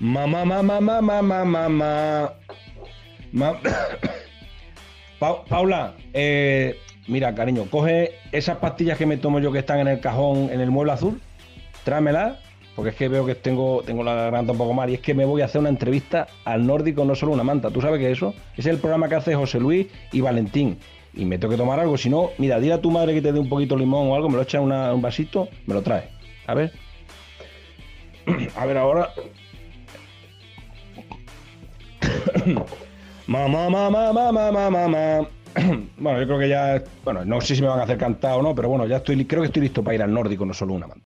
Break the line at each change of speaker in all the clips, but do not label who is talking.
Mamá, mamá, mamá, mamá, mamá. Ma- Pa- Paula, eh, mira, cariño, coge esas pastillas que me tomo yo que están en el cajón, en el mueble azul, trámelas, porque es que veo que tengo, tengo la garganta un poco mal, y es que me voy a hacer una entrevista al nórdico, no solo una manta. Tú sabes que eso es el programa que hace José Luis y Valentín. Y me tengo que tomar algo, si no, mira, dile a tu madre que te dé un poquito de limón o algo, me lo echa en una- un vasito, me lo trae. A ver. A ver, ahora. Mamá, mamá, mamá, mamá, mamá. Bueno, yo creo que ya. Bueno, no sé si me van a hacer cantar o no, pero bueno, ya estoy. li- Creo que estoy listo para ir al nórdico, no solo una manta.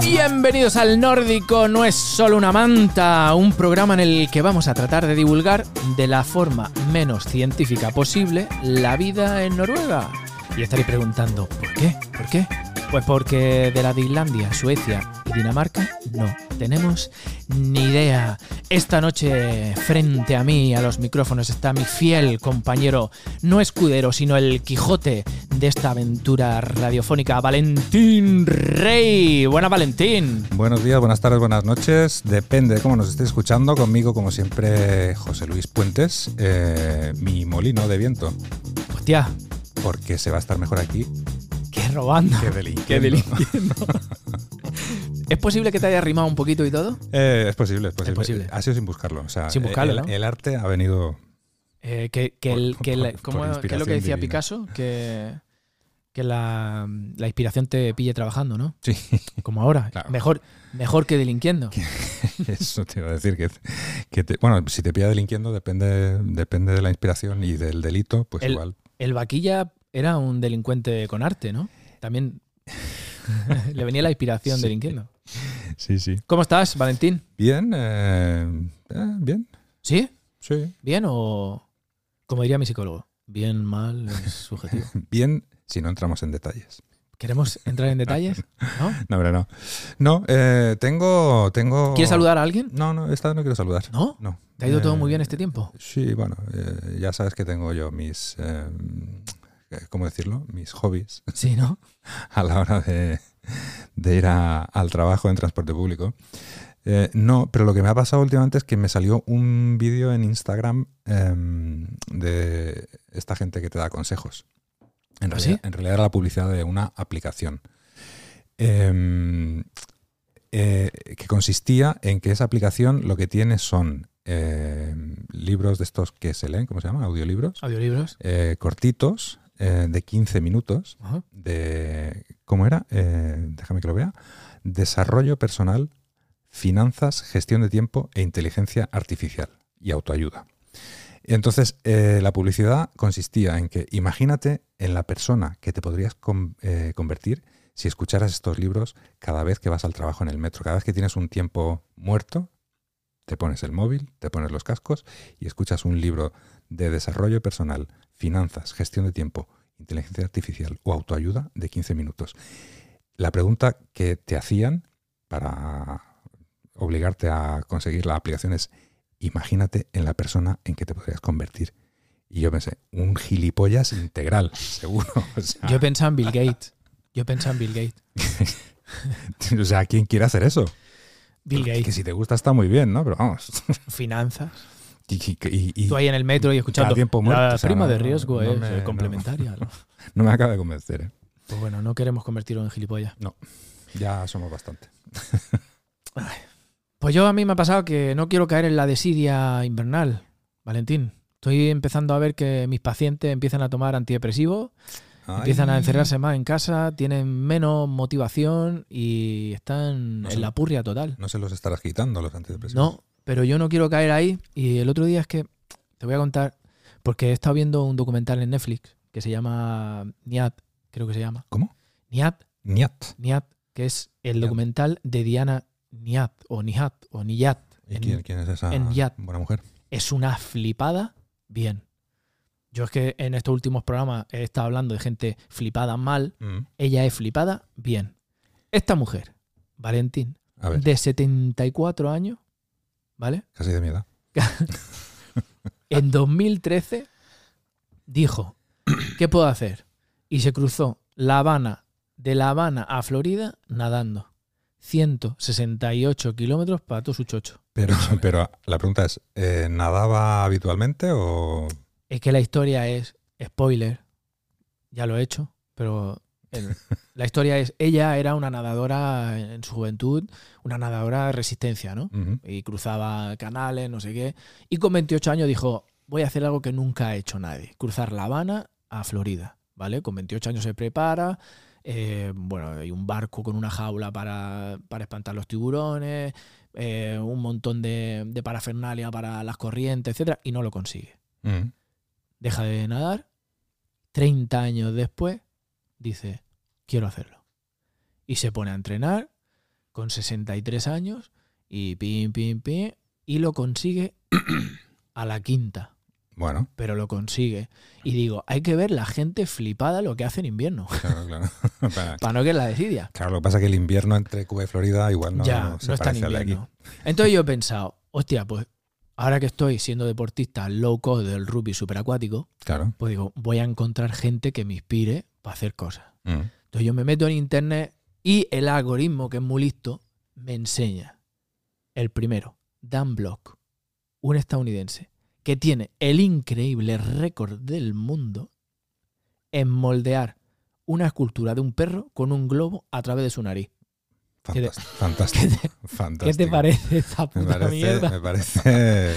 Bienvenidos al Nórdico No es solo una manta, un programa en el que vamos a tratar de divulgar de la forma menos científica posible la vida en Noruega. Y estaréis preguntando, ¿por qué? ¿Por qué? Pues porque de la de Islandia, Suecia y Dinamarca no tenemos ni idea. Esta noche frente a mí, a los micrófonos, está mi fiel compañero, no escudero, sino el Quijote de esta aventura radiofónica, Valentín Rey. Buena Valentín.
Buenos días, buenas tardes, buenas noches. Depende de cómo nos estéis escuchando. Conmigo, como siempre, José Luis Puentes, eh, mi molino de viento,
Hostia,
porque se va a estar mejor aquí
qué robando.
que delinquiendo.
Qué delinquiendo. ¿Es posible que te haya rimado un poquito y todo?
Eh, es posible, es posible.
posible.
Ha sido sin buscarlo. o sea,
Sin buscarlo,
el,
¿no?
el arte ha venido.
Eh, que, que
Por-
el, que
por-
el-
por
¿cómo- qué es lo
inspiración
que decía
divina.
Picasso? Que, que la, la inspiración te pille trabajando, ¿no?
Sí,
Como ahora.
Claro.
Mejor, mejor que delinquiendo.
eso te iba a decir. Que, que te- bueno, si te pilla delinquiendo, depende, depende de la inspiración y del delito, pues
El-
igual.
El vaquilla era un delincuente con arte, ¿no? También le venía la inspiración
Sí.
delinquiendo.
Sí, sí.
¿Cómo estás, Valentín?
Bien, eh, eh, bien,
¿Sí?
sí.
¿Bien o...? Como diría mi psicólogo. Bien, mal, es subjetivo.
Bien, si no entramos en detalles.
¿Queremos entrar en detalles? ¿No?
No, hombre, no. No, eh, tengo, tengo.
¿Quieres saludar a alguien?
No, no, esta no quiero saludar.
¿No?
No.
¿Te ha ido todo
Eh,
muy bien este tiempo?
Sí, bueno, eh, ya sabes que tengo yo mis. eh, ¿Cómo decirlo? Mis hobbies
Sí, ¿no?
a la hora de, de ir a- al trabajo en transporte público. Eh, no, pero lo que me ha pasado últimamente es que me salió un vídeo en Instagram em, de esta gente que te da consejos. En
¿Ah,
realidad,
sí?
en realidad era la publicidad de una aplicación. Em, eh, que consistía en que esa aplicación lo que tiene son em, libros de estos que se leen, ¿cómo se llama? Audiolibros.
Ah. Audiolibros.
eh, cortitos, eh, de 15 minutos
Ajá.
de ¿cómo era? Eh, déjame que lo vea. Desarrollo personal, finanzas, gestión de tiempo e inteligencia artificial y autoayuda. Entonces, eh, la publicidad consistía en que imagínate en la persona que te podrías con- eh, convertir si escucharas estos libros cada vez que vas al trabajo en el metro, cada vez que tienes un tiempo muerto, te pones el móvil, te pones los cascos y escuchas un libro de desarrollo personal, finanzas, gestión de tiempo, inteligencia artificial o autoayuda de 15 minutos. La pregunta que te hacían para obligarte a conseguir la aplicación es, imagínate en la persona en que te podrías convertir. Y yo pensé, un gilipollas integral, seguro. O sea,
Yo he pensado en Bill Gates. Yo he pensado en Bill Gates.
o sea, ¿quién quiere hacer eso?
Bill
Pues Que
Gates,
si te gusta está muy bien, ¿no? Pero vamos.
finanzas.
Y, y- y- y
Tú ahí en el metro y escuchando.
Cada tiempo muerto,
la
o sea,
prima
no-
de riesgo
no
es
me-
eh,
no.
complementaria. ¿no?
no me acaba de convencer, ¿eh?
Pues bueno, no queremos convertirlo en gilipollas.
Ya somos bastante.
Pues yo a mí me ha pasado que no quiero caer en la desidia invernal, Valentín. Estoy empezando a ver que mis pacientes empiezan a tomar antidepresivos, empiezan a
Ay.
encerrarse más en casa, tienen menos motivación y están
No
en
sé.
la purria total.
No se los estarás quitando los antidepresivos.
No, pero yo no quiero caer ahí. Y el otro día es que te voy a contar, porque he estado viendo un documental en Netflix que se llama Niat, creo que se llama.
¿Cómo?
Niat,
Niat.
Niat, que es el
Niat.
documental de Diana Niat, o Nihat, o Niyat.
¿Y
En-
quién, quién es esa
en Niat.
buena mujer?
Es una flipada, bien. Yo es que en estos últimos programas he estado hablando de gente flipada mal,
Mm.
ella es flipada, bien. Esta mujer, Valentín,
A ver,
de 74 años, ¿vale?
casi de mi edad.
en 2013 dijo, ¿qué puedo hacer? Y se cruzó La Habana, de La Habana a Florida, nadando. 168 kilómetros para tu chuchocho.
Pero, pero la pregunta es, ¿eh, ¿nadaba habitualmente o...?
Es que la historia es, spoiler, ya lo he hecho, pero el- la historia es, ella era una nadadora en su juventud, una nadadora de resistencia, ¿no?
Ujú.
Y cruzaba canales, no sé qué. Y con 28 años dijo, voy a hacer algo que nunca ha hecho nadie, cruzar La Habana a Florida, ¿vale? Con 28 años se prepara, eh, bueno, hay un barco con una jaula para, para espantar los tiburones, eh, un montón de, de parafernalia para las corrientes, etcétera, y no lo consigue.
Ujú.
Deja de nadar, 30 años después, dice, quiero hacerlo. Y se pone a entrenar con 63 años y pim, pim, pim, y lo consigue a la quinta,
Bueno,
pero lo consigue. Y digo, hay que ver la gente flipada lo que hace en invierno,
claro, claro. Para-
para no que la decidia.
claro, lo que pasa es que el invierno entre Cuba y Florida igual no,
ya,
no
no,
se
está en
parece al de aquí.
invierno. Entonces yo he pensado, hostia, pues ahora que estoy siendo deportista low cost del rugby superacuático,
Claro.
pues digo, voy a encontrar gente que me inspire para hacer cosas.
Ujú.
Entonces yo me meto en internet y el algoritmo, que es muy listo, me enseña. El primero, Dan Block, un estadounidense que tiene el increíble récord del mundo en moldear una escultura de un perro con un globo a través de su nariz. ¿Qué te-
Fantástico. Fantástico.
¿Qué te
fantástico.
parece esta
Me
puta
parece,
mierda?
me parece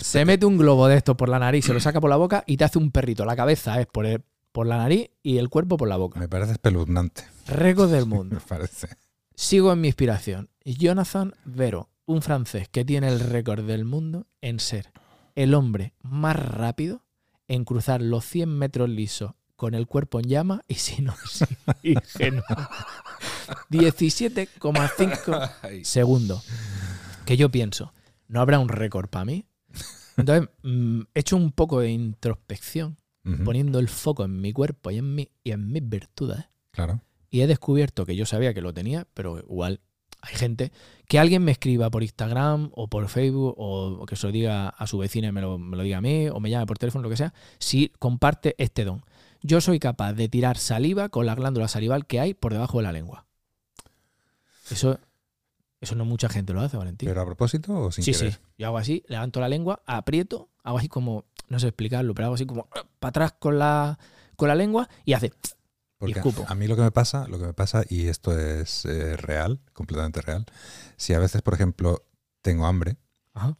Se mete un globo de estos por la nariz, se lo saca por la boca y te hace un perrito. La cabeza es por, el- por la nariz y el cuerpo por la boca.
me parece espeluznante.
Récord del mundo.
Me parece.
Sigo en mi inspiración. Jonathan Vero, un francés que tiene el récord del mundo en ser el hombre más rápido en cruzar los 100 metros lisos con el cuerpo en llama y sin oxígeno. 17,5 segundos. Que yo pienso, ¿no habrá un récord para mí? Entonces, mm, he hecho un poco de introspección,
Ujú,
poniendo el foco en mi cuerpo y en, mí, y en mis virtudes
Claro.
y he descubierto que yo sabía que lo tenía, pero igual hay gente que alguien me escriba por Instagram o por Facebook o que se lo diga a su vecina y me lo, me lo diga a mí o me llame por teléfono, lo que sea, si comparte este don. Yo soy capaz de tirar saliva con la glándula salival que hay por debajo de la lengua. Eso, eso no mucha gente lo hace, Valentín.
¿Pero a propósito o sin
sí,
querer?
sí. Yo hago así, levanto la lengua, aprieto, hago así como, no sé explicarlo, pero hago así como ah, para atrás con la, con la lengua y hace.
Porque
escupo.
a mí lo que me pasa, lo que me pasa, y esto es eh, real, completamente real, si a veces, por ejemplo, tengo hambre,
Ajá.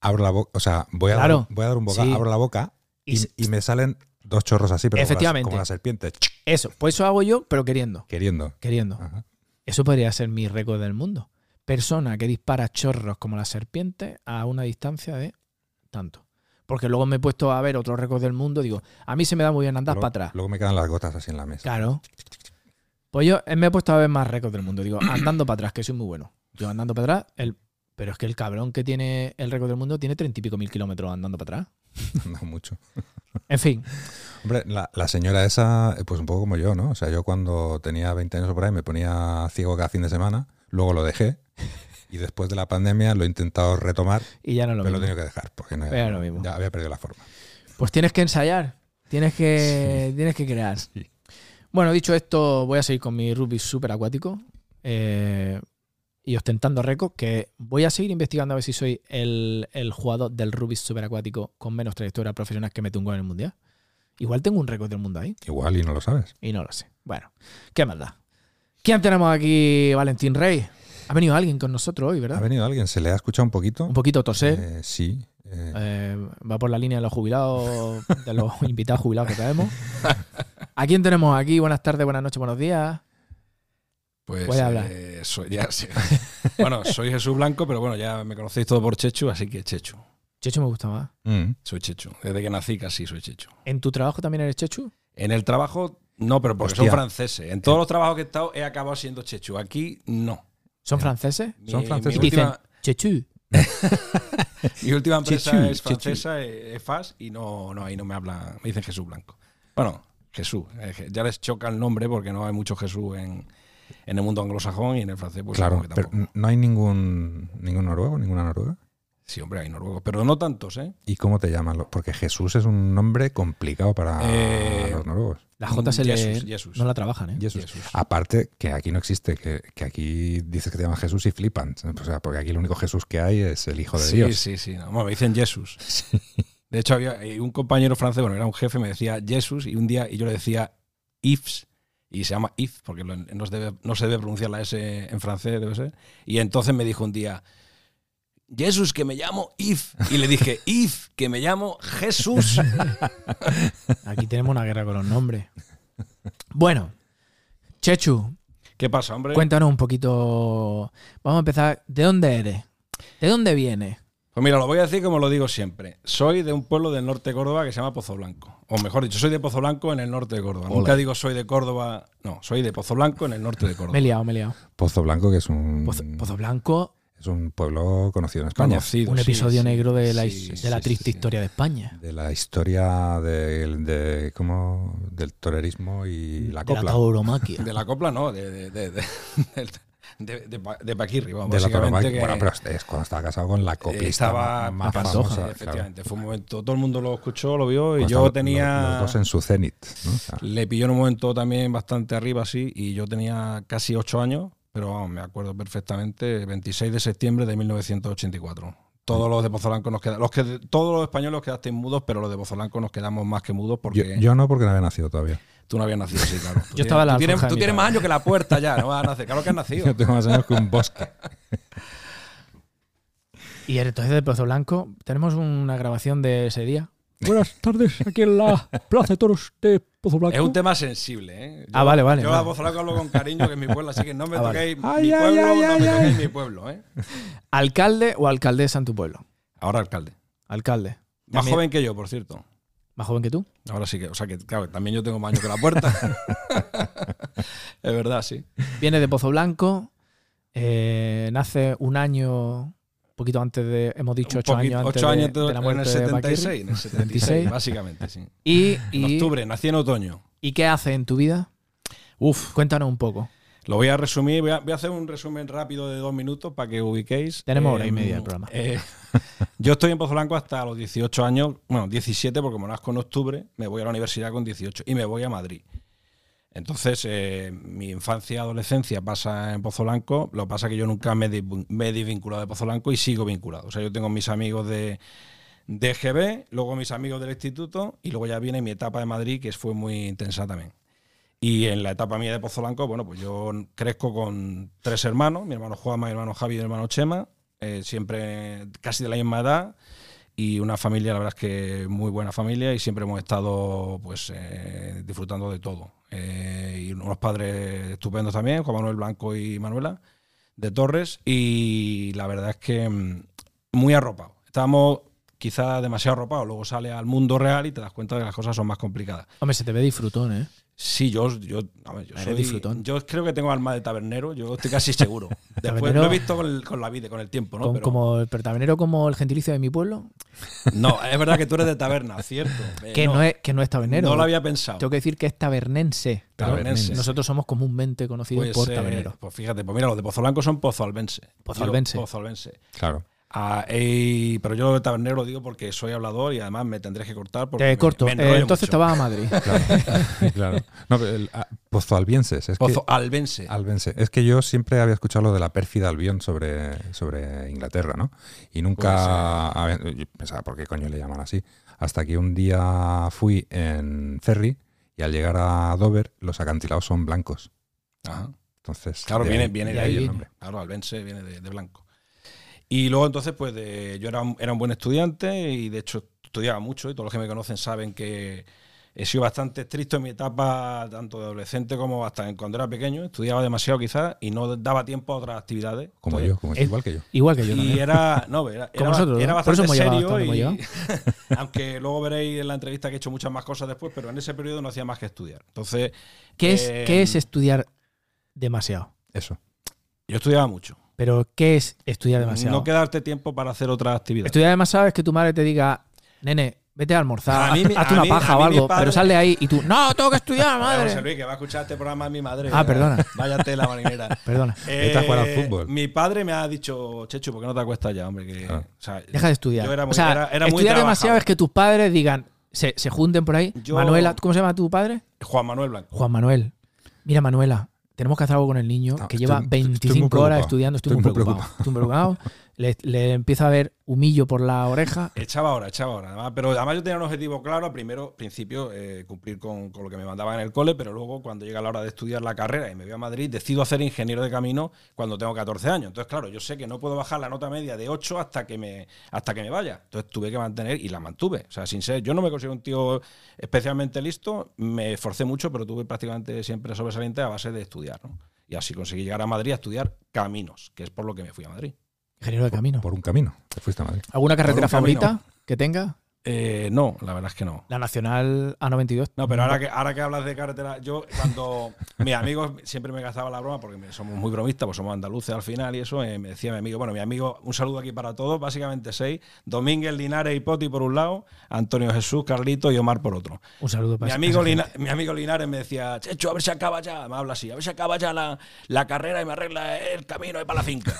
abro la boca, o sea, voy a,
Claro.
dar, voy a dar un bocado,
Sí.
abro la boca
Y
y,
se-
y me salen dos chorros así, pero como las-
Efectivamente.
como la serpiente, ch-
Eso, pues eso hago yo, pero queriendo.
queriendo.
Queriendo.
Ajá.
Eso podría ser mi récord del mundo. Persona que dispara chorros como la serpiente a una distancia de tanto. Porque luego me he puesto a ver otros récords del mundo. Digo, a mí se me da muy bien andar
Luego-
para atrás.
Luego me quedan las gotas así en la mesa.
Claro. Pues yo eh, me he puesto a ver más récords del mundo. Digo, andando para atrás, que soy muy bueno. Yo andando para atrás, el... pero es que el cabrón que tiene el récord del mundo tiene treinta y pico mil kilómetros andando para atrás.
No mucho.
En fin,
Hombre, la, la señora esa, eh, pues un poco como yo, ¿no? O sea, yo cuando tenía 20 años o por ahí me ponía ciego cada fin de semana, luego lo dejé y después de la pandemia lo he intentado retomar,
y ya no lo
pero lo he
mismo.
tenido que dejar porque no,
Pero lo mismo.
ya había perdido la forma.
Pues tienes que ensayar, tienes que, tienes que crear. Bueno, dicho esto, voy a seguir con mi rugby super acuático eh, y ostentando récords que voy a seguir investigando a ver si soy el, el jugador del rugby super acuático con menos trayectoria profesional que me tungó en el mundial. Igual tengo un récord del mundo ahí
Igual y no lo sabes.
y no lo sé. Bueno, qué más da. ¿Quién tenemos aquí, Valentín Rey? Ha venido alguien con nosotros hoy,
¿Ha
¿verdad?
venido alguien? ¿Se le ha escuchado un poquito?
Un poquito toser.
Eh, sí. eh,
Eh, va por la línea de los jubilados, de los invitados jubilados que traemos. ¿A quién tenemos aquí? Buenas tardes, buenas noches, buenos días.
Pues
Puede hablar.
eh, soy, ya, sí. bueno, soy Jesús Blanco, pero bueno, ya me conocéis todo por Chechu, así que Chechu.
Chechu me gusta más.
mm,
Soy Chechu. Desde que nací casi soy Chechu.
¿En tu trabajo también eres Chechu?
En el trabajo, no, pero porque
Hostia.
son franceses. En todos los trabajos que he estado he acabado siendo Chechu. Aquí, no.
¿Son franceses?
Mi-
Son franceses.
Mi
Y dicen,
última,
Chechu.
mi última empresa
Chechu,
es francesa, eh, es FAS, y no, no, ahí no me hablan. Me dicen Jesús Blanco. Bueno, Jesús. eh, je- ya les choca el nombre porque no hay mucho Jesús en, en el mundo anglosajón y en el francés, pues
claro,
supongo que
pero
tampoco.
no hay ningún, ningún noruego, ninguna noruega.
Sí, hombre, hay noruegos, pero no tantos, ¿eh?
¿Y cómo te llaman? los- Porque Jesús es un nombre complicado para
Eh,
los noruegos.
La J se
Jesús,
le.
Jesús.
No la trabajan, ¿eh?
Jesús. Aparte, que aquí no existe, que, que aquí dices que te llaman Jesús y flipan. O sea, porque aquí el único Jesús que hay es el Hijo de
sí,
Dios.
sí, sí. no, bueno, me dicen Jesús. De hecho, había eh, un compañero francés, bueno, era un jefe, me decía Jesús y un día y yo le decía Ifs y se llama If porque lo- no se, debe, no se debe pronunciar la S en francés, debe ser. Y entonces me dijo un día Jesús, que me llamo If. Y le dije, If, que me llamo Jesús.
Aquí tenemos una guerra con los nombres. Bueno, Chechu,
¿Qué pasa, hombre?
cuéntanos un poquito. Vamos a empezar. ¿De dónde eres? ¿De dónde vienes?
Pues mira, lo voy a decir como lo digo siempre. Soy de un pueblo del norte de Córdoba que se llama Pozo Blanco. O mejor dicho, soy de Pozo Blanco en el norte de Córdoba. Nunca digo soy de Córdoba. No, soy de Pozo Blanco en el norte de Córdoba.
Me he liado, me he liado.
Mm.
Pozo Blanco, que es un,
Pozo, Pozo Blanco,
es un pueblo conocido en España.
Conocido,
un
sí,
episodio
sí,
negro de la,
sí,
de
sí,
la
sí,
triste
sí.
historia de España.
De la historia del- de, cómo- del torerismo y la
de la
copla.
tauromaquia.
De la copla, no, de, de, de, de, de- de Pa- de Paquirri, vamos,
de la
básicamente
tauromaquia.
que,
Bueno, pero es cuando estaba casado con la
eh,
coplista
estaba
más
Pantoja,
famosa. claro. Pues
efectivamente. Fue un momento, todo el mundo lo escuchó, lo vio, y
Cuando
yo
estaban
tenía.
los- los dos en su cenit. ¿no? O sea,
Le pilló en un momento también bastante arriba, así, y yo tenía casi ocho años, pero vamos, me acuerdo perfectamente, 26 de septiembre de 1984. Todos los de Pozolanco nos quedamos, los que, todos los españoles os quedasteis mudos, pero los de Pozolanco nos quedamos más que mudos
yo,
porque
yo no, porque no había nacido todavía.
tú no habías nacido así, claro. Tú
Yo estaba en la
tú tienes,
alforja de
tú
mi
tienes
padre.
más años que la puerta ya, no vas a nacer, claro que has nacido.
Yo tengo más años que un bosque.
Y entonces de Pozo Blanco, tenemos una grabación de ese día.
Buenas tardes, aquí en la Plaza de Toros de Pozo Blanco.
Es un tema sensible, ¿eh? Yo-
Ah, vale, vale,
Yo
vale.
a Pozolanco hablo con cariño, que es mi pueblo, así que no me
Ah, vale.
toquéis
Ay,
mi
ay,
pueblo,
ay,
no
ay,
me
ay.
toquéis mi pueblo, ¿eh?
¿Alcalde o alcaldesa en tu pueblo?
Ahora alcalde.
Alcalde.
Más
También-
joven que yo, por cierto.
¿Más joven que tú?
Ahora sí que, o sea que, claro, también yo tengo más años que la puerta. es verdad, sí.
Viene de Pozo Blanco, eh, nace un año, poquito antes de, hemos dicho,
Un
ocho
poquito-
años antes
ocho
de,
años
de la
en el
muerte de Paquirri.
76, en el 76, básicamente, sí.
Y,
En
y-
octubre, nací en otoño.
¿Y qué hace en tu vida? Uf. Cuéntanos un poco.
Lo voy a resumir, voy a, voy a hacer un resumen rápido de dos minutos para que ubiquéis.
Tenemos hora y media de programa.
eh, yo estoy en Pozo Blanco hasta los 18 años, bueno, 17, porque como nazco en octubre, me voy a la universidad con 18 y me voy a Madrid. Entonces, eh, mi infancia y adolescencia pasa en Pozo Blanco, lo que pasa es que yo nunca me, he desvin- me he desvinculado de Pozo Blanco y sigo vinculado. O sea, yo tengo mis amigos de, de GB, luego mis amigos del instituto y luego ya viene mi etapa de Madrid, que fue muy intensa también. Y en la etapa mía de Pozo Blanco, bueno, pues yo crezco con tres hermanos, mi hermano Juanma, mi hermano Javi y mi hermano Chema, eh, siempre casi de la misma edad y una familia, la verdad es que muy buena familia y siempre hemos estado pues eh, disfrutando de todo. Eh, y unos padres estupendos también, Juan Manuel Blanco y Manuela de Torres y la verdad es que mm, muy arropado. Estábamos quizá demasiado arropados, luego sale al mundo real y te das cuenta de que las cosas son más complicadas.
Hombre, se te ve disfrutón, ¿eh?
Sí, yo, yo, a ver, yo
Eres
soy-
disfrutón.
Yo creo que tengo alma de tabernero, yo estoy casi seguro. Después
Tabernero.
lo he visto con, el- con la vida, con el tiempo, ¿no?
Con-
Pero-
como el pertabernero, como el gentilicio de mi pueblo,
no, es verdad que tú eres de taberna, cierto. Eh,
que no, es, que no es tabernero.
No lo había pensado.
Tengo que decir que es tabernense. ¿no?
Tabernense.
Nosotros somos comúnmente conocidos
Pues,
por
eh,
taberneros.
pues fíjate, pues mira, los de Pozo Blanco son pozoalbense.
Pozoalbense.
Digo, pozoalbense.
Claro.
Ah, eh, pero yo lo de tabernero lo digo porque soy hablador y además me tendré que cortar porque
Te
me-
corto.
me
Eh,
enrollo
entonces
mucho.
te vas a Madrid.
Claro. claro. No, pero el- ah, Pozoalbienses. Es que,
Pozoalbense.
Albense. Es que yo siempre había escuchado lo de la pérfida Albión sobre, sobre Inglaterra, ¿no? Y nunca
Pues
había- yo pensaba, ¿por qué coño le llaman así? Hasta que un día fui en ferry y al llegar a Dover los acantilados son blancos.
Ajá.
Entonces,
Claro,
de
viene,
ahí-
viene
de
de
ahí
ahí el
viene.
nombre. Claro, Albense viene de, de blanco. Y luego entonces, pues de- yo era un, era un buen estudiante y de hecho estudiaba mucho y todos los que me conocen saben que he sido bastante estricto en mi etapa, tanto de adolescente como hasta en- cuando era pequeño. Estudiaba demasiado quizás y no daba tiempo a otras actividades.
Como
Entonces,
yo, como
El-
igual que yo.
Igual que yo
y
también.
era, no, era,
Como
era-
nosotros, ¿no?
era
Por eso
bastante
hemos
serio.
llegado hasta donde
y-
hemos
aunque luego veréis en la entrevista que he hecho muchas más cosas después, pero en ese periodo no hacía más que estudiar. Entonces,
¿Qué, es,
eh,
¿Qué es estudiar demasiado?
Eso.
yo estudiaba mucho.
Pero ¿qué es estudiar demasiado?
No quedarte tiempo para hacer otras actividades.
Estudiar demasiado es que tu madre te diga, nene, Vete a almorzar,
A mí mi-
hazte
a
una
mí-
paja
a
o
mí mi
algo,
padre-
pero sal de ahí y tú, no, tengo que
José
estudiar, madre.
Luis, que va a escuchar este programa mi madre.
Ah, perdona.
Vaya tela marinera. Eh,
Perdona,
Vete a jugar al fútbol.
Mi padre me ha dicho, Chechu, ¿por qué no te acuestas ya, hombre? Que,
Ah.
o sea,
deja de estudiar.
Yo era muy,
o sea,
era- era muy
estudiar demasiado
trabajado.
es que tus padres digan, se, se junten por ahí.
Yo-
Manuela, ¿cómo se llama tu padre?
Juan Manuel Blanco.
Juan Manuel, mira Manuela, tenemos que hacer algo con el niño
No,
que
estoy-
lleva
estoy muy
25
preocupado.
horas estudiando, estoy, muy preocupado. Estoy muy preocupado. Le, le empieza a ver humillo por la oreja.
Echaba ahora, echaba ahora. Además, pero además yo tenía un objetivo claro. Primero, principio, eh, cumplir con, con lo que me mandaban en el cole, pero luego cuando llega la hora de estudiar la carrera y me voy a Madrid, decido hacer ingeniero de camino cuando tengo 14 años. Entonces, claro, yo sé que no puedo bajar la nota media de 8 hasta que me, hasta que me vaya. Entonces tuve que mantener y la mantuve. O sea, sin ser, yo no me considero un tío especialmente listo, me esforcé mucho, pero tuve prácticamente siempre sobresaliente a base de estudiar. ¿no? Y así conseguí llegar a Madrid a estudiar caminos, que es por lo que me fui a Madrid.
Ingeniero de camino.
Por un camino. Te fuiste a Madrid.
¿Alguna carretera
por un camino.
favorita que tenga?
Eh, no, la verdad es que no.
La Nacional A92.
No, pero ahora que, ahora que hablas de carretera, yo cuando mis amigos siempre me gastaba la broma, porque me- somos muy bromistas, pues somos andaluces al final y eso, eh, me decía mi amigo, bueno, mi amigo, un saludo aquí para todos, básicamente seis, Domínguez, Linares y Poti por un lado, Antonio Jesús, Carlito y Omar por otro.
Un saludo para
Mi
esa-
amigo,
esa gente.
Lina- mi amigo Linares me decía, Checho, a ver si acaba ya, me habla así, a ver si acaba ya la, la carrera y me arregla el camino ahí para la finca.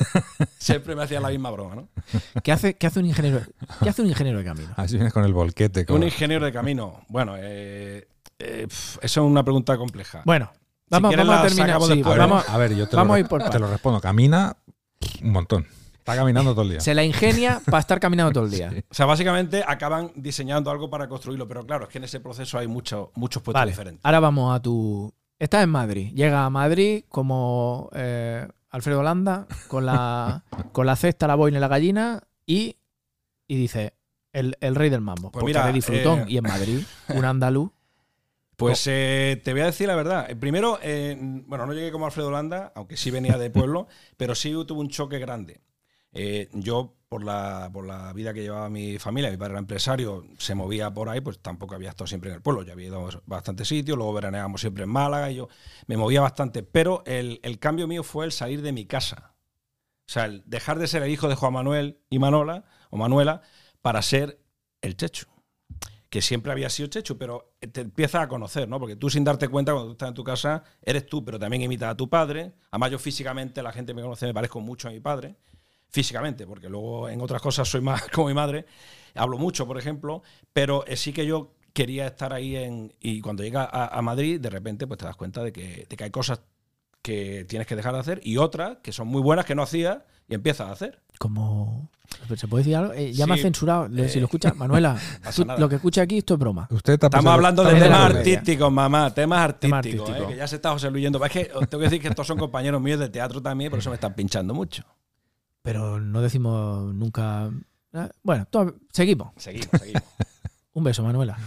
Siempre me hacía la misma broma, ¿no?
¿Qué hace, qué hace un ingeniero? ¿Qué hace un ingeniero de camino?
Ah.
Así vienes con el volquete. Con...
Un ingeniero de camino, bueno, eh, eh, pf, eso es una pregunta compleja.
Bueno, vamos,
quieres
vamos a
la
terminar.
sacamos
sí,
después.
pues
a, ver,
vamos,
a ver, yo te,
vamos a
lo,
ir por
te lo respondo. Camina un montón. Está caminando todo el día.
se la ingenia para estar caminando todo el día.
O sea, básicamente acaban diseñando algo para construirlo, pero claro, es que en ese proceso hay mucho- muchos puestos
Vale,
diferentes.
ahora vamos a tu... Estás en Madrid. Llega a Madrid como eh, Alfredo Holanda con la, con la cesta, la boina y la gallina y, y dice el, el rey del mambo.
Pues
porque
mira,
de disfrutón.
eh,
y en Madrid, un andaluz.
Pues eh, te voy a decir la verdad. Eh, Primero, eh, bueno, no llegué como Alfredo Holanda, aunque sí venía de pueblo, pero sí tuve un choque grande. Eh, yo, por la, por la vida que llevaba mi familia, mi padre era empresario, se movía por ahí, pues tampoco había estado siempre en el pueblo. Ya había ido a bastantes sitios, luego veraneábamos siempre en Málaga y yo me movía bastante. Pero el, el cambio mío fue el salir de mi casa. O sea, el dejar de ser el hijo de Juan Manuel y Manola, o Manuela, para ser el Chechu. Que siempre había sido Chechu, pero te empiezas a conocer, ¿no? Porque tú sin darte cuenta, cuando tú estás en tu casa, eres tú, pero también imitas a tu padre. Además, yo físicamente, la gente me conoce, me parezco mucho a mi padre físicamente, porque luego en otras cosas soy más como mi madre, hablo mucho, por ejemplo, pero eh, sí que yo quería estar ahí en, y cuando llegas a, a Madrid, de repente pues te das cuenta de que, de que hay cosas que tienes que dejar de hacer y otras que son muy buenas que no hacías y empiezas a hacer.
Como... ¿Se puede decir algo? Eh, ya me
Sí,
ha censurado. Le- si
eh,
lo escuchas, Manuela,
pasa
tú-
nada.
lo que escucha aquí, esto es broma.
Usted está
Estamos
pasando-
hablando de
estamos en
temas
la comedia.
artísticos, mamá, temas
Temas
artísticos, ¿eh?
artísticos.
que ya se está José Luis yendo. Es que os tengo que decir que estos son compañeros míos de teatro también, por eso me están pinchando mucho.
Pero no decimos nunca... Ah, Bueno, to- seguimos.
Seguimos, seguimos.
Un beso, Manuela.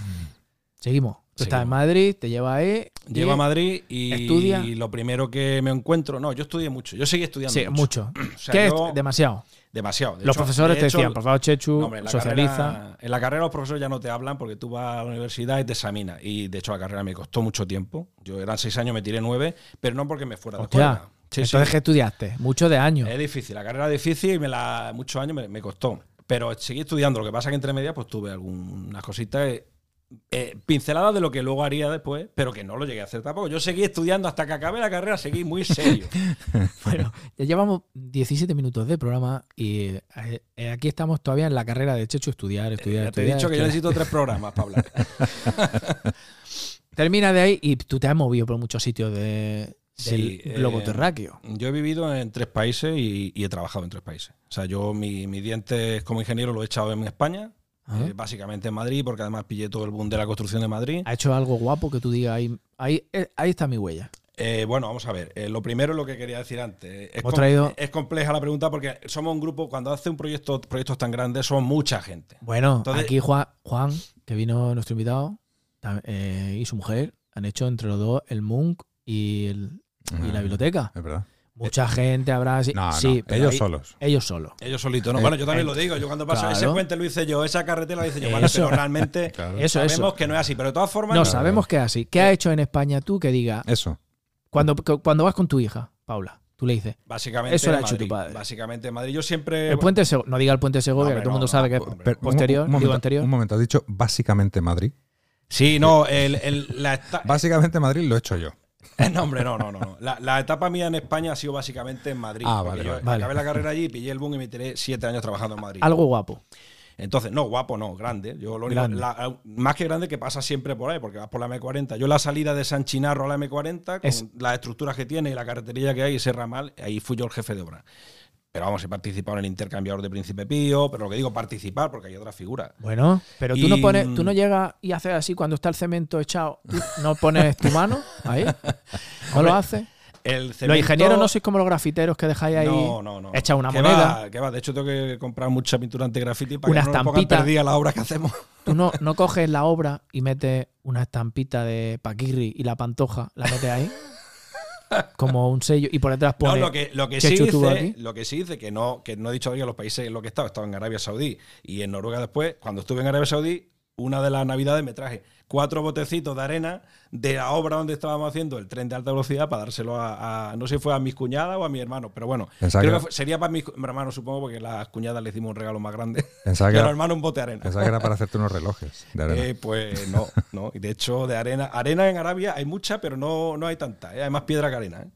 Seguimos. Tú estás
Mm. Seguimos.
en Madrid, te lleva ahí. y-
Llego a Madrid y,
Estudia.
lo primero que me encuentro, no, yo estudié mucho, yo seguí estudiando
Sí, mucho.
O sea,
que es
yo-
demasiado.
Demasiado. De
Los
hecho,
profesores
de
te
hecho,
decían, por favor, Chechu,
no, hombre, en la
socializa.
carrera- en la carrera los profesores ya no te hablan porque tú vas a la universidad y te examinas. Y de hecho la carrera me costó mucho tiempo. Yo eran seis años, me tiré nueve, pero no porque me fuera de
Hostia,
escuela. Sí, sí.
Entonces, ¿qué estudiaste? Mucho de años.
Es difícil, la carrera es difícil y me la, muchos años me, me costó. Pero seguí estudiando. Lo que pasa es que entre medias pues tuve algunas cositas eh, eh, pinceladas de lo que luego haría después, pero que no lo llegué a hacer tampoco. Yo seguí estudiando hasta que acabé la carrera, seguí muy serio.
Bueno, ya llevamos 17 minutos de programa y eh, eh, aquí estamos todavía en la carrera de Chechu, estudiar, estudiar,
Eh, Ya te he
estudiar,
dicho que yo
estudiar.
necesito tres programas para hablar.
Termina de ahí y tú te has movido por muchos sitios de,
Sí,
del globo
eh,
terráqueo.
Yo he vivido en tres países y, y he trabajado en tres países. O sea, yo mi- mis dientes como ingeniero lo he echado en España,
Ajá.
eh, básicamente en Madrid, porque además pillé todo el boom de la construcción de Madrid.
¿Ha hecho algo guapo que tú digas ahí, ahí, eh, ahí está mi huella?
Eh, bueno, vamos a ver. eh, lo primero es lo que quería decir antes. Eh, Es,
Hemos traído-
es compleja la pregunta porque somos un grupo, cuando hace un proyecto, proyectos tan grandes, son mucha gente.
Bueno,
Entonces-
aquí Juan, Juan, que vino nuestro invitado, tam- eh, y su mujer han hecho entre los dos el MUNC y, el- y la
Ah,
biblioteca.
Es verdad.
Mucha gente habrá. Sí,
No,
sí,
no.
pero
Ellos
ahí-
solos.
Ellos solos.
Ellos solitos, ¿no? Bueno, yo también lo digo. Yo cuando paso ese
Eh, claro.
puente lo hice yo, esa carretera la hice yo. Vale,
Eso.
pero realmente
Claro.
Eso,
sabemos
eso.
que no es así. Pero de todas formas,
No,
Eh,
sabemos que es así. ¿Qué ha hecho en España tú que diga,
Eso.
cuando, cu- cuando vas con tu hija, Paula? Tú le
Eh,
dices.
Básicamente
Eso era
en
hecho
Madrid.
tu padre.
Básicamente en Madrid. Yo siempre.
El puente de Segovia. No diga el puente de Segovia,
No,
que todo
hombre,
el mundo
no,
sabe que
no,
es
hombre.
Pero, un-
posterior,
un, momento,
digo anterior.
un momento, has dicho básicamente Madrid.
Sí, no, el, el- la esta-
Básicamente Madrid lo he hecho yo.
No, hombre, no, no, no. no. La, la etapa mía en España ha sido básicamente en Madrid.
Ah,
porque
vale,
yo
vale.
Vale.
Acabé la carrera allí, pillé el boom y me tiré siete años trabajando en Madrid.
Algo guapo.
Entonces, no, guapo, no, grande. Yo lo único-
Grande.
la- eh, más que grande que pasa siempre por ahí, porque vas por la M40. Yo la salida de San Chinarro a la M40, con
Es-
las estructuras que tiene y la carretería que hay, ese ramal, ahí fui yo el jefe de obra. Pero vamos, he participado en el intercambiador de Príncipe Pío, pero lo que digo, participar, porque hay otras figuras.
Bueno, pero tú no
Y- mm.
pones, tú no llegas y haces así cuando está el cemento echado, tú no pones tu mano ahí, no lo haces.
El
Los
cemento-
ingenieros no sois como los grafiteros que dejáis ahí
No, no, no.
hecha una
¿Qué
moneda.
va? ¿Qué va? De hecho, tengo que comprar mucha pintura antigrafiti para
Una
que no nos pongan
estampita.
perdida la obra que hacemos.
Tú no, no coges la obra y metes una estampita de Paquirri y la pantoja, la metes ahí, como un sello, y por detrás
No,
pones.
lo que, lo que sí
Chechu tuvo
hice,
aquí.
lo que sí hice, que no, que no he dicho todavía los países en los que he estado, he estado en Arabia Saudí y en Noruega después, cuando estuve en Arabia Saudí, una de las navidades me traje cuatro botecitos de arena de la obra donde estábamos haciendo el tren de alta velocidad para dárselo a, a- no sé si fue a mis cuñadas o a mi hermano, pero bueno,
Pensaba
creo
que-
que fue- sería para mis cu- mi hermano supongo, porque las cuñadas le hicimos un regalo más grande.
Pensaba
y
que,
a los
era,
hermanos un bote de arena.
pensaba que era para hacerte unos relojes de arena.
Eh, pues no, no. Y de hecho, de arena. Arena en Arabia hay mucha, pero no, no hay tanta. ¿eh? Hay más piedra que arena. ¿eh?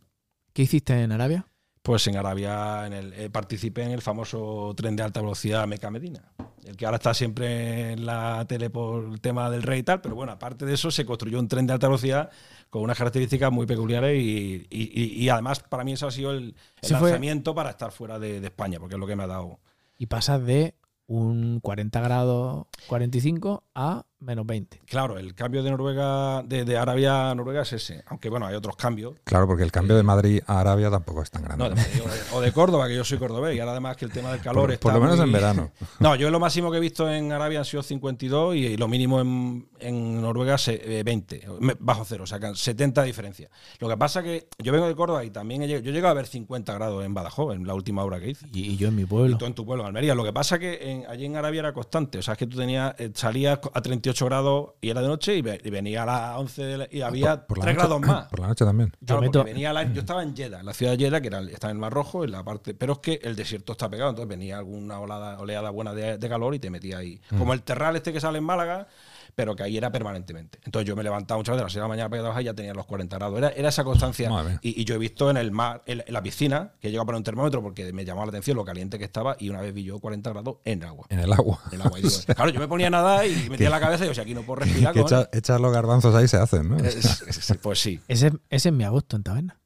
¿Qué hiciste en Arabia?
Pues en Arabia en el, eh, participé en el famoso tren de alta velocidad Meca Medina, el que ahora está siempre en la tele por el tema del rey y tal, pero bueno, aparte de eso se construyó un tren de alta velocidad con unas características muy peculiares y, y- y- y además para mí eso ha sido el, el
Sí, fue-
lanzamiento para estar fuera de, de España, porque es lo que me ha dado.
Y pasas de un 40 grados 45 a menos 20.
Claro, el cambio de Noruega, de, de Arabia a Noruega es ese, aunque bueno, hay otros cambios,
Claro, porque el cambio de Madrid a Arabia tampoco es tan grande.
No, de Madrid, o de- o de Córdoba, que yo soy cordobés, y ahora además que el tema del calor
por,
está
por lo menos
muy-
en verano.
No, yo lo máximo que he visto en Arabia han sido 52 y, y lo mínimo en, en Noruega se- eh, 20, me- bajo cero, o sea, que 70 de diferencia. Lo que pasa que yo vengo de Córdoba y también he llegado, yo he llegado a ver 50 grados en Badajoz, en la última hora que hice.
Y, y yo en mi
Y
pueblo.
tú en tu pueblo, en Almería. Lo que pasa que en- allí en Arabia era constante. O sea, es que tú tenías, eh, salías a 38 grados y era de noche y, ve- y venía a las 11 de la- y había
Ah, por la
3
noche-
grados más.
Por la noche también.
Claro,
Yo
porque
meto-
venía la- yo estaba en Jeddah, en la ciudad de Jeddah, que era, el- está en el Mar Rojo, en la parte, pero es que el desierto está pegado, entonces venía alguna olada- oleada buena de, de calor y te metía ahí.
Mm.
Como el terral este que sale en Málaga, pero que ahí era permanentemente. Entonces yo me levantaba muchas veces a las 6 de la mañana para ir a trabajar y ya tenía los 40 grados. Era, era esa constancia.
Madre mía.
Y, y yo he visto en el mar, en, la- en la piscina, que he llegado a poner un termómetro porque me llamaba la atención lo caliente que estaba y una vez vi yo 40 grados en agua.
En el agua.
En agua. Y digo, claro, yo me ponía a nadar y metía la cabeza y yo, si aquí no puedo respirar,
que
cojones".
echa- echar los garbanzos ahí se hacen, ¿no?
Es- es- es- pues sí.
Ese, ese es mi agosto en taberna.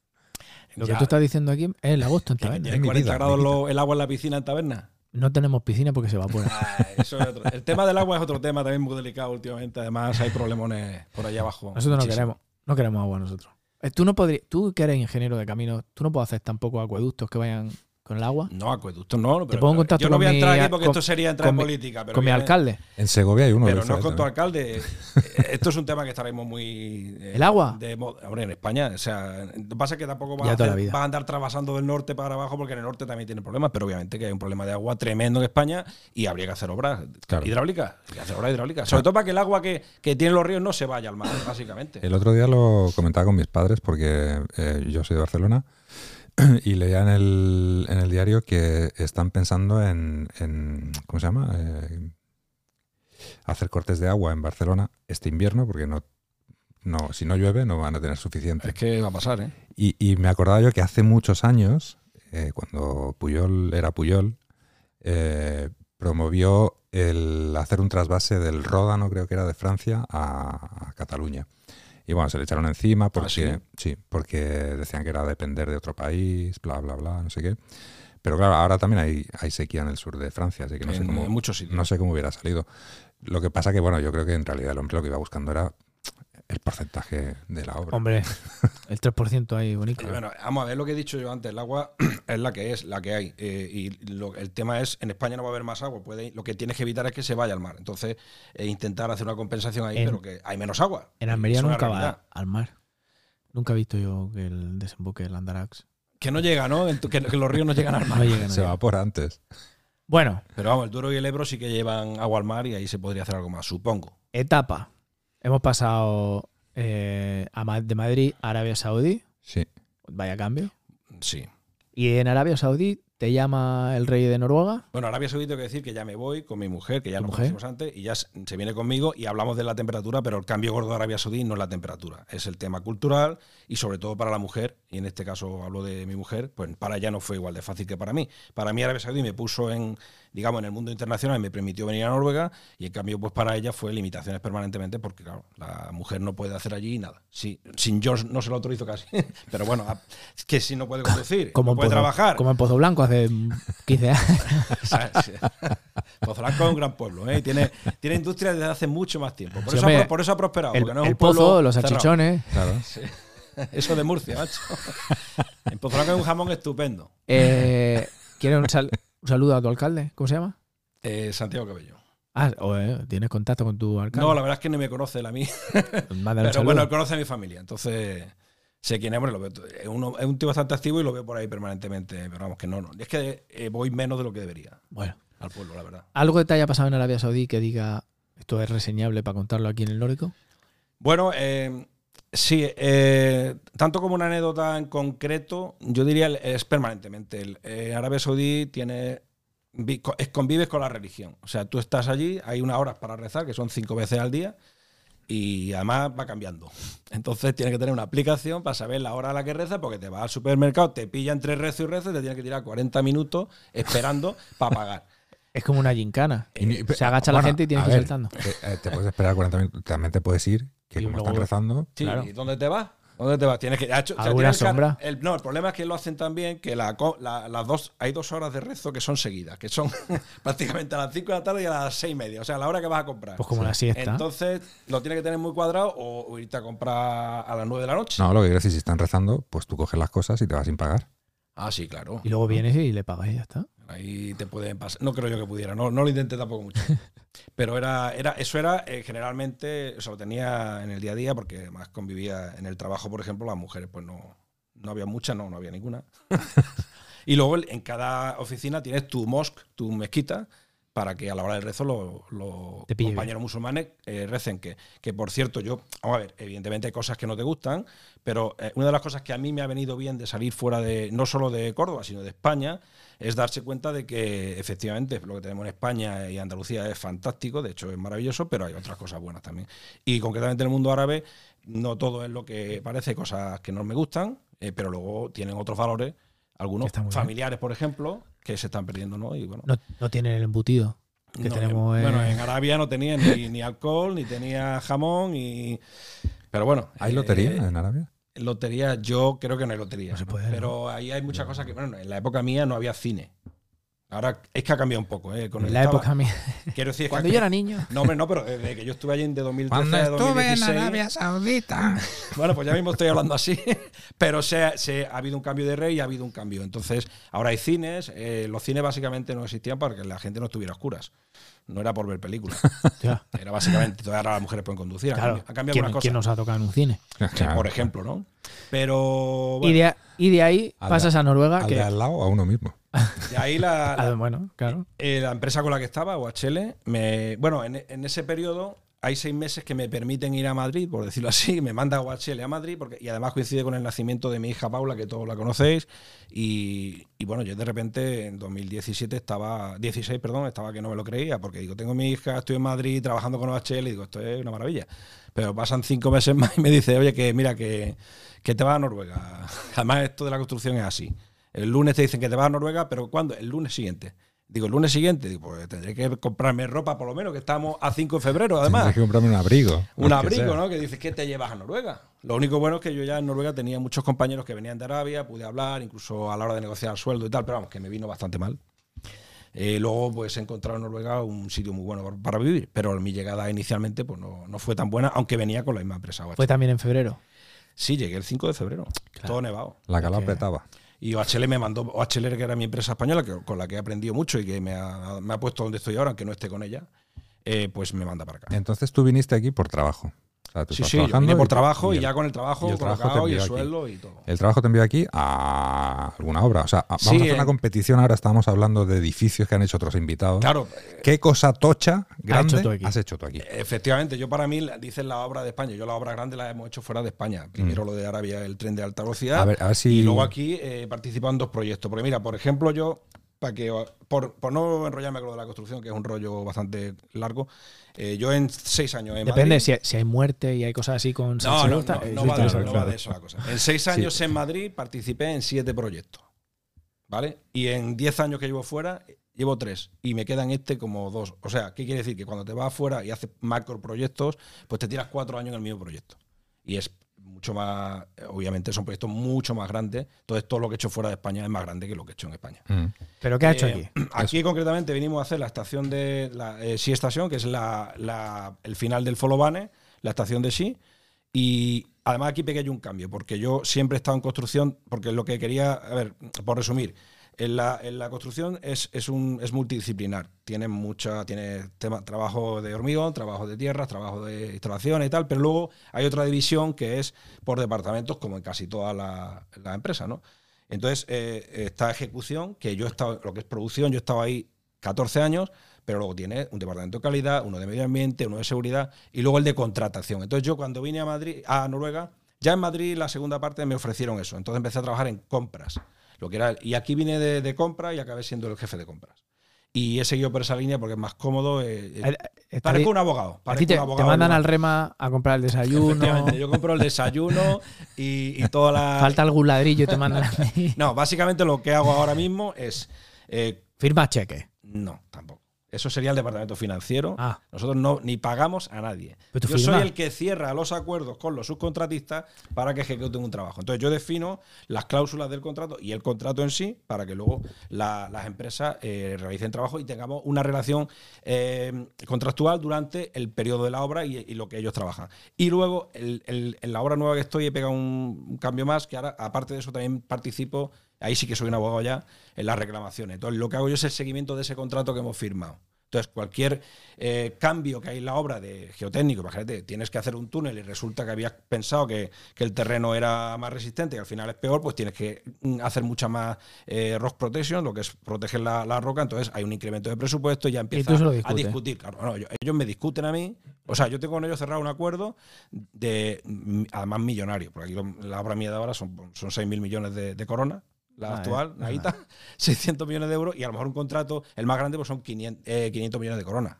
Lo
Ya.
que tú estás diciendo aquí es el agosto en
¿Y
taberna.
hay
mi
40
vida,
grados
mi vida.
lo- el agua en la piscina en taberna?
No tenemos piscina porque se evapora.
Ah, eso es otro- El tema del agua es otro tema también muy delicado últimamente. Además, hay problemones por allá abajo.
Nosotros no
Muchísimo.
queremos, no queremos agua nosotros. Eh, Tú no podrías, tú que eres ingeniero de caminos, tú no puedes hacer tampoco acueductos que vayan con el agua.
No, acueducto no. Pero,
pongo en contacto
yo no
con
voy a
mi-
entrar aquí porque
con-
esto sería entrar en
con mi-
política. Pero
con mi
ya-
alcalde.
En Segovia hay uno.
Pero
de
no
esos,
es con tu
¿eh?
alcalde. Esto es un tema que estaremos muy. eh,
¿El agua?
De, mo- hombre, en España. O sea, lo que pasa es que tampoco vas,
Ya
a,
toda la
hacer-
vida.
vas a andar trasvasando del norte para abajo porque en el norte también tiene problemas. Pero obviamente que hay un problema de agua tremendo en España y habría que hacer obras
Claro.
hidráulicas. Hay que hacer obras hidráulicas. Sobre todo para que el agua que, que tienen los ríos no se vaya al mar, básicamente.
El otro día lo comentaba con mis padres porque eh, yo soy de Barcelona y leía en el, en el diario que están pensando en, en- ¿cómo se llama? Eh, hacer cortes de agua en Barcelona este invierno porque no, no si no llueve no van a tener suficiente.
Es que va a pasar, ¿eh?
Y, y me acordaba yo que hace muchos años, eh, cuando Puyol era Puyol, eh, promovió el hacer un trasvase del Ródano, creo que era de Francia, a, a Cataluña. Y bueno, se le echaron encima porque,
Ah, sí?
sí, porque decían que era depender de otro país, bla, bla, bla, no sé qué. Pero claro, ahora también hay, hay sequía en el sur de Francia, así que no sé
en,
cómo,
en muchos sitios.
no sé cómo hubiera salido. Lo que pasa que, bueno, yo creo que en realidad el hombre lo que iba buscando era el porcentaje de la obra.
Hombre, el 3% ahí bonito.
Y Bueno, vamos a ver lo que he dicho yo antes. El agua es la que es, la que hay. Eh, y lo- el tema es, en España no va a haber más agua. Puede, lo que tienes que evitar es que se vaya al mar. Entonces, eh, intentar hacer una compensación ahí,
En-
pero que hay menos agua.
En Almería
Es una
nunca
realidad.
va al mar. Nunca he visto yo que el desemboque del Andarax.
Que no llega, ¿no? Ento- Que, que los ríos no llegan al
No
mar.
llega, no
Se
llega.
va por antes.
Bueno,
Pero vamos, el Duro y el Ebro sí que llevan agua al mar y ahí se podría hacer algo más, supongo.
etapa. Hemos pasado eh, a Ma- de Madrid a Arabia Saudí.
Sí.
Vaya cambio.
Sí.
Y en Arabia Saudí te llama el rey de Noruega.
Bueno, Arabia Saudí tengo que decir que ya me voy con mi mujer, que ya
¿Tu
lo
mujer?
conocimos antes, y ya se se viene conmigo y hablamos de la temperatura, pero el cambio gordo de Arabia Saudí no es la temperatura, es el tema cultural y sobre todo para la mujer, y en este caso hablo de mi mujer, pues para ella no fue igual de fácil que para mí. Para mí Arabia Saudí me puso en, digamos, en el mundo internacional, me permitió venir a Noruega y en cambio pues para ella fue limitaciones permanentemente porque claro, la mujer no puede hacer allí nada. Sí, sin yo no se lo autorizo casi, pero bueno, a- es que si no puede conducir, no
en
puede
Pozo-
trabajar,
Como en Pozo Blanco hace mm, 15 años.
o sea, sí. Pozo Blanco es un gran pueblo, ¿eh? Y Tiene, tiene industria desde hace mucho más tiempo. Por,
Sí,
eso,
hombre,
ha, pro- por eso ha prosperado.
el
porque no es
el
un pueblo
pozo, los
cerrado.
salchichones.
Claro.
Eso de Murcia, macho. En Pozo Blanco hay un jamón estupendo.
Eh, ¿Quieres un, sal- un saludo a tu alcalde? ¿Cómo se llama?
Eh, Santiago Cabello.
Ah, o, eh, ¿tienes contacto con tu alcalde?
No, la verdad es que no me conoce él a mí.
Mándale un
Pero
saludo.
bueno, él conoce a mi familia. Entonces, sé quién es. Bueno, lo veo- es, uno- es un tío bastante activo y lo veo por ahí permanentemente. Pero vamos, que no, no. Es que eh, voy menos de lo que debería
Bueno,
al pueblo, la verdad.
¿algo que te haya pasado en Arabia Saudí que diga esto es reseñable para contarlo aquí en el Nórdico?
Bueno, eh, sí, eh, tanto como una anécdota en concreto, yo diría el- es permanentemente. El, eh, Arabia Saudí tiene vi- co- es- convives con la religión. O sea, tú estás allí, hay unas horas para rezar, que son cinco veces al día, y además va cambiando. Entonces tienes que tener una aplicación para saber la hora a la que rezas, porque te vas al supermercado, te pilla entre rezo y rezo, y te tienes que tirar 40 minutos esperando para pagar.
Es como una gincana.
Y- y-
se agacha la
bueno,
gente y tienes
a
que ir
ver,
saltando.
eh, eh, Te puedes esperar 40 minutos. También te puedes ir, que
Y
como
luego-
están rezando,
Sí,
Claro.
¿y dónde te vas? ¿Dónde te vas? Tienes que. ha hecho- o sea,
¿Alguna
tienes que-
sombra?
el- no, el problema es que lo hacen también que la co- la- las dos, hay dos horas de rezo que son seguidas, que son prácticamente a las 5 de la tarde y a las 6 y media, o sea, a la hora que vas a comprar.
Pues como la siesta.
Entonces, lo tienes que tener muy cuadrado o, o irte a comprar a las 9 de la noche.
No, lo que quiero decir, si están rezando, pues tú coges las cosas y te vas sin pagar.
Ah, sí, claro.
y luego vienes y le pagas y ya está.
Ahí te pueden pasar. No creo yo que pudiera, no, no lo intenté tampoco mucho. Pero era, era, eso era eh, generalmente, o sea, lo tenía en el día a día porque además convivía en el trabajo, por ejemplo, las mujeres, pues no, no había muchas, no, no había ninguna. y luego el- en cada oficina tienes tu mosque, tu mezquita, para que a la hora del rezo los los
Te pille bien.
compañeros musulmanes eh, recen. Que, que por cierto, yo, vamos a ver, evidentemente hay cosas que no te gustan, pero eh, una de las cosas que a mí me ha venido bien de salir fuera de, no solo de Córdoba, sino de España, es darse cuenta de que efectivamente lo que tenemos en España y Andalucía es fantástico, de hecho es maravilloso, pero hay otras cosas buenas también. Y concretamente en el mundo árabe, no todo es lo que parece, hay cosas que no me gustan, eh, pero luego tienen otros valores, algunos
Está muy bien.
familiares, por ejemplo, que se están perdiendo, ¿no? Y bueno,
No, no tienen el embutido que
no,
tenemos. eh,
en-
en-
Bueno, en Arabia no tenía ni, ni alcohol, ni tenía jamón, y. Pero bueno.
¿Hay
eh,
lotería en Arabia?
Lotería, yo creo que no hay lotería.
No se puede,
Pero ahí hay muchas cosas que. Bueno, en la época mía no había cine. Ahora es que ha cambiado un poco, ¿eh? Con el
en la
estaba-
época mía.
Quiero decir, es que
Cuando
ha
yo era niño.
no, hombre, no, pero desde que yo estuve allí en de 2013 a 2016,
Saudita.
Bueno, pues ya mismo estoy hablando así. Pero se, ha- se ha habido un cambio de rey y ha habido un cambio. Entonces, ahora hay cines. eh, los cines básicamente no existían para que la gente no estuviera a oscuras. No era por ver películas.
Hostia,
Era básicamente, todavía ahora las mujeres pueden conducir. Ha
claro.
cambi- ha cambiado
¿quién,
algunas
quién
cosas.
nos ha tocado en un cine?
Por ejemplo, ¿no? Pero
Y,
Pues bueno,
de, y de ahí
Al de-
pasas a Noruega.
Al de
Que,
al lado a uno mismo.
de ahí la,
ah, bueno, claro.
eh, la empresa con la que estaba, OHL, me, bueno, en, en ese periodo hay seis meses que me permiten ir a Madrid, por decirlo así, me manda OHL a Madrid, porque, y además coincide con el nacimiento de mi hija Paula, que todos la conocéis, y, y bueno, yo de repente en 2017 estaba, 16, perdón, estaba que no me lo creía, porque digo, tengo mi hija, estoy en Madrid trabajando con OHL, y digo, esto es una maravilla. Pero pasan cinco meses más y me dice, oye, que mira, que, que te vas a Noruega. Además, esto de la construcción es así. El lunes te dicen que te vas a Noruega, pero ¿cuándo? El lunes siguiente. Digo, el lunes siguiente, digo, pues tendré que comprarme ropa, por lo menos, que estamos a 5 de febrero, además.
Tienes que comprarme un abrigo.
Un
lo que
abrigo,
sea.
¿no? Que dices que te llevas a Noruega. Lo único bueno es que yo ya en Noruega tenía muchos compañeros que venían de Arabia, pude hablar, incluso a la hora de negociar sueldo y tal, pero vamos, que me vino bastante mal. Eh, luego, pues he encontrado en Noruega un sitio muy bueno para- para vivir, pero mi llegada inicialmente pues no, no fue tan buena, aunque venía con la misma empresa. OHL.
Fue también en febrero.
Sí, llegué el 5 de febrero, todo nevado.
La que la
Porque-
apretaba.
Y OHL me mandó, OHL que era mi empresa española, que- con la que he aprendido mucho y que me ha, me ha puesto donde estoy ahora, aunque no esté con ella, eh, pues me manda para acá.
Entonces tú viniste aquí por trabajo. sea, tú
Sí,
estás
sí, yo vine por
y-
trabajo y,
el-
ya con el trabajo,
y el trabajo te
colocado y el
envía aquí.
sueldo y todo.
El trabajo te envío aquí a alguna obra. O sea, a- vamos
Sí,
a hacer
eh.
una competición. Ahora estábamos hablando de edificios que han hecho otros invitados.
Claro,
¿Qué cosa tocha grande
tú aquí?
has hecho tú aquí?
Efectivamente, yo para mí, la- dicen la obra de España, yo la obra grande la hemos hecho fuera de España. Primero lo de Arabia, el tren de alta velocidad.
Mm. A ver- a ver si-
Y luego aquí eh, participan dos proyectos. Porque mira, por ejemplo, yo, para que o- por, por no enrollarme con lo de la construcción, que es un rollo bastante largo, eh, yo en seis años en
Depende,
Madrid-
si, si hay muerte y hay cosas así con
no,
sanción,
no, no,
está-
no,
es
no va, de,
interesante,
no va
claro.
de eso la cosa. En seis años en Madrid participé en siete proyectos. ¿Vale? Y en diez años que llevo fuera, llevo tres. Y me quedan este como dos. O sea, ¿qué quiere decir? Que cuando te vas fuera y haces macro proyectos, pues te tiras cuatro años en el mismo proyecto. Y es mucho más, eh, obviamente son proyectos mucho más grandes. Entonces todo lo que he hecho fuera de España es más grande que lo que he hecho en España.
Mm.
Pero ¿qué ha
Eh,
hecho aquí?
aquí concretamente venimos a hacer la estación de la eh, Sí Estación, que es la, la- el final del Folovane, la estación de Sí. Y además aquí pequeño un cambio, porque yo siempre he estado en construcción, porque lo que quería, a ver, por resumir, en la, en la construcción es, es, un, es multidisciplinar. Tienes mucha, tienes tema, trabajo de hormigón, trabajo de tierras, trabajo de instalaciones y tal, pero luego hay otra división que es por departamentos, como en casi todas las las empresas, ¿no? Entonces, eh, está ejecución, que yo he estado, lo que es producción, yo he estado ahí 14 años, pero luego tiene un departamento de calidad, uno de medio ambiente, uno de seguridad y luego el de contratación. Entonces, yo cuando vine a Madrid, a Noruega, ya en Madrid la segunda parte me ofrecieron eso. Entonces empecé a trabajar en compras. Lo que era, y aquí vine de, de compra y acabé siendo el jefe de compras. Y he seguido por esa línea porque es más cómodo. eh, eh,
Eh, eh, está
parezco
bien.
un abogado.
A
parezco
ti te,
un
te
abogado
mandan
de-
al rema a comprar el desayuno,
Efectivamente, Yo compro el desayuno y, y toda la.
falta algún ladrillo y te mandan a mí.
No, básicamente lo que hago ahora mismo es. eh,
Firma cheque.
no, tampoco. Eso sería el departamento financiero.
Ah.
Nosotros no, ni pagamos a nadie.
Pero tú
yo
firmas.
soy el que cierra los acuerdos con los subcontratistas para que ejecuten un trabajo. Entonces yo defino las cláusulas del contrato y el contrato en sí para que luego la- las empresas eh, realicen trabajo y tengamos una relación eh, contractual durante el periodo de la obra y, y lo que ellos trabajan. Y luego el- el- en la obra nueva que estoy he pegado un, un cambio más que ahora aparte de eso también participo, ahí sí que soy un abogado ya, en las reclamaciones. Entonces lo que hago yo es el seguimiento de ese contrato que hemos firmado. Entonces, cualquier eh, cambio que hay en la obra de geotécnico, imagínate, tienes que hacer un túnel y resulta que habías pensado que, que el terreno era más resistente y al final es peor, pues tienes que mm, hacer mucha más eh, rock protection, lo que es proteger la, la roca, entonces hay un incremento de presupuesto y ya empieza
tú se lo
a
discutes.
discutir. Claro, no, yo- ellos me discuten a mí, o sea, yo tengo con ellos cerrado un acuerdo de, mm, además millonario, porque aquí lo- la obra mía de ahora son, son 6.000 millones de, de coronas, la
Ah,
actual,
eh,
Naguita, 600 millones de euros y a lo mejor un contrato, el más grande, pues son 500, eh, 500 millones de coronas.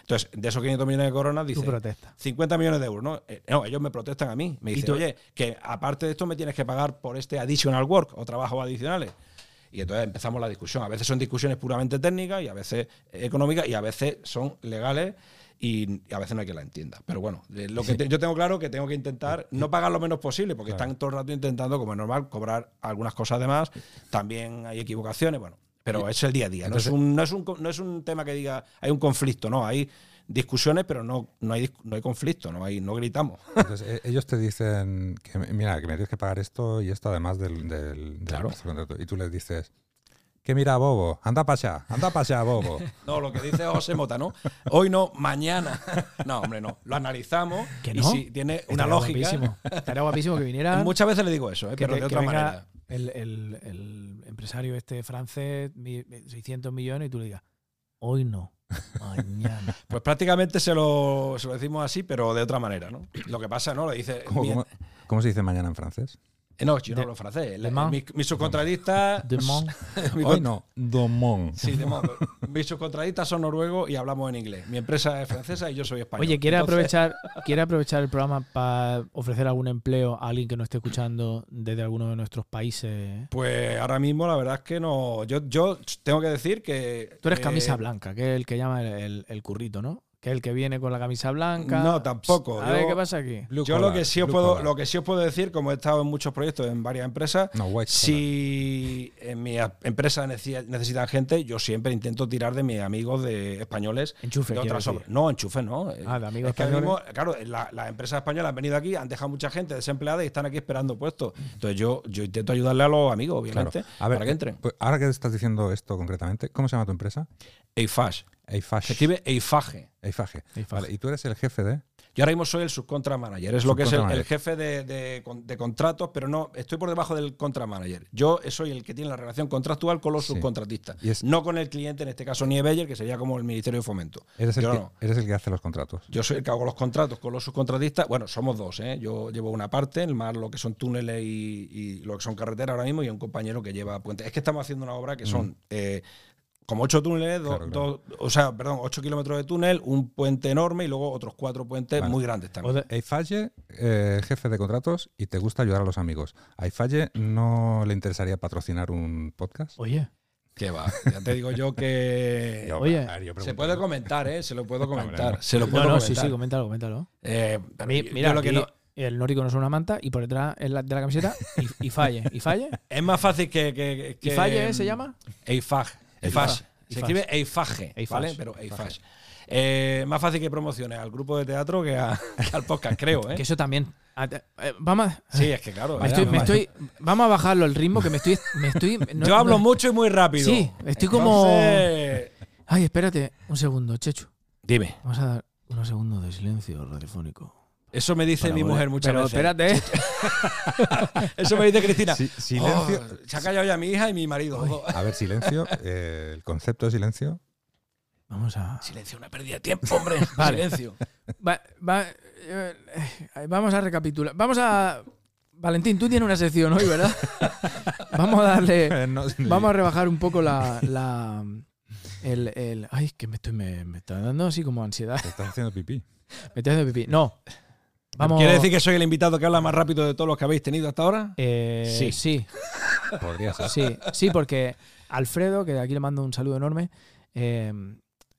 Entonces, de esos 500 millones de coronas,
Tú
dice
protestas.
50 millones de euros, ¿no? Eh, no, ellos me protestan a mí. Me
¿Y
dicen,
tú?
oye, que aparte de esto me tienes que pagar por este additional work o trabajos adicionales. Y entonces empezamos la discusión. A veces son discusiones puramente técnicas y a veces económicas y a veces son legales y, y a veces no hay que la entienda. Pero bueno, eh, lo que te- yo tengo claro que tengo que intentar no pagar lo menos posible porque están todo el rato intentando, como es normal, cobrar algunas cosas de más. También hay equivocaciones, bueno. Pero es el día a día.
Entonces-
no, es un, no, es un, co- no es un tema que diga hay un conflicto, no. Hay discusiones, pero no, no, hay, dis- no hay conflicto, no, hay, no gritamos.
Entonces, eh, ellos te dicen que, mira, que me tienes que pagar esto y esto además del, del- del
Claro.
precio del contrato. Y tú les dices, que mira, bobo, anda para allá, anda para allá, bobo.
No, lo que dice José Mota, ¿no? Hoy no, mañana. No, hombre, no. Lo analizamos
¿Que
y
no?
si tiene una
Estaría
lógica.
guapísimo. Estaría guapísimo que viniera.
Muchas veces le digo eso, ¿eh?
que
pero
te-
de
que
otra
venga
manera.
El, el- el empresario este francés, mi- 600 millones, y tú le digas, hoy no, mañana.
Pues prácticamente se lo, se lo decimos así, pero de otra manera, ¿no? Lo que pasa, ¿no? Le dice.
¿Cómo,
mi-
cómo- cómo se dice mañana en francés?
eh, no, yo no
de-
hablo francés. Le-
demain.
Mi, mi subcontratista.
Demain.
mi
Hoy
con-
no, domón.
Sí, demain. Mis subcontratistas son noruegos y hablamos en inglés. Mi empresa es francesa y yo soy español.
Oye, ¿quiere
Entonces-
aprovechar, ¿quiere aprovechar el programa para ofrecer algún empleo a alguien que no esté escuchando desde alguno de nuestros países?
Pues ahora mismo la verdad es que no. Yo, yo tengo que decir que.
Tú eres camisa
eh,
blanca, que es el que llama el, el- el currito, ¿no? Que es el que viene con la camisa blanca.
No, tampoco.
A ver,
Yo-
¿qué pasa aquí?
Blue
Yo lo
collar,
que sí os
blue
puedo,
collar.
lo que sí os puedo decir, como he estado en muchos proyectos en varias empresas,
No, white
si en mi a- empresa necesi- necesitan gente, yo siempre intento tirar de mis amigos de españoles
Enchufe,
de
quiero
otras
decir.
obras. No, enchufe, no.
Ah, de amigos
Es que ahora
españoles.
mismo, claro, la- las empresas españolas han venido aquí, han dejado mucha gente desempleada y están aquí esperando puestos. Entonces yo, yo intento ayudarle a los amigos,
Claro.
obviamente,
A ver,
para que entren.
pues ahora que estás diciendo esto concretamente, ¿cómo se llama tu empresa?
Eifash.
Eifash.
Se escribe Eifaje.
Eifaje.
Eifaje.
Vale, y tú eres el jefe de...
Yo Yo ahora mismo soy el subcontract manager, es lo que es el,
Subcontract
el jefe de, de con- de contratos, pero no, estoy por debajo del contract manager. Yo soy el que tiene la relación contractual con los
Sí.
subcontratistas,
Y es-
no con el cliente, en este caso ni Beyer, que sería como el Ministerio de Fomento.
Eres el,
Yo
que,
no.
eres el que hace los contratos.
Yo soy el que hago los contratos con los subcontratistas. Bueno, somos dos, ¿eh? Yo llevo una parte, el más lo que son túneles y, y lo que son carreteras ahora mismo, y un compañero que lleva puentes. Es que estamos haciendo una obra que son eh, como ocho túneles, do-
Mm. Claro, claro.
dos- o sea, perdón, ocho kilómetros de túnel, un puente enorme y luego otros cuatro puentes
Vale.
muy grandes también.
Eifalle, eh, jefe de contratos, y te gusta ayudar a los amigos. ¿A Eifalle no le interesaría patrocinar un podcast?
Oye,
Que va, ya te digo yo que.
Yo,
Oye,
a ver, yo
Se
pregunto.
puede comentar, ¿eh? Se lo puedo
Hombre,
comentar.
no.
Se lo
no,
puedo
no, sí,
comentar.
sí, coméntalo, coméntalo.
Eh,
A mí,
yo
mira,
lo que
aquí
no-
el nórdico no es una manta y por detrás es la de la camiseta y, y falle. ¿Y falle?
Es más fácil que. que,
¿Y
que-
falle eh, se llama?
Eifaj.
Eiffage.
Eiffage. Se escribe Eifage,
Eiffage.
¿vale? Pero Eifage. Eh, más fácil que promocione al grupo de teatro que, a- que al podcast, creo, ¿eh?
Que eso también. Ah, te- eh, Vamos a,
Sí, es que claro.
me
ya,
estoy-
no
me
va.
estoy- vamos a bajarlo el ritmo que me estoy. Me estoy no-
Yo hablo
no-
mucho y muy rápido.
Sí, estoy como-
Entonces,
Ay, espérate un segundo, Chechu.
Dime.
Vamos a dar unos segundos de silencio radiofónico.
Eso me dice mi mujer muchas
Pero
veces.
espérate. ¿eh?
Eso me dice Cristina.
Si- silencio.
Oh, se ha callado ya mi hija y mi marido. los dos.
Oh.
A ver, silencio. eh, el concepto de silencio.
Vamos a.
Silencio, una pérdida de tiempo, hombre.
Vale.
Silencio.
Va- va- eh, eh, vamos a recapitular. Vamos a. Valentín, tú tienes una sección hoy, ¿verdad? vamos a darle.
Eh, no-
Vamos a rebajar un poco la. la- el, el- ay, que me, estoy, me, me está dando así como ansiedad.
Te estás haciendo pipí.
Me estoy haciendo pipí. No. Vamos.
¿Quiere decir que soy el invitado que habla más rápido de todos los que habéis tenido hasta ahora?
eh,
Sí.
sí.
Podría ser.
Sí, sí, porque Alfredo, que de aquí le mando un saludo enorme, eh,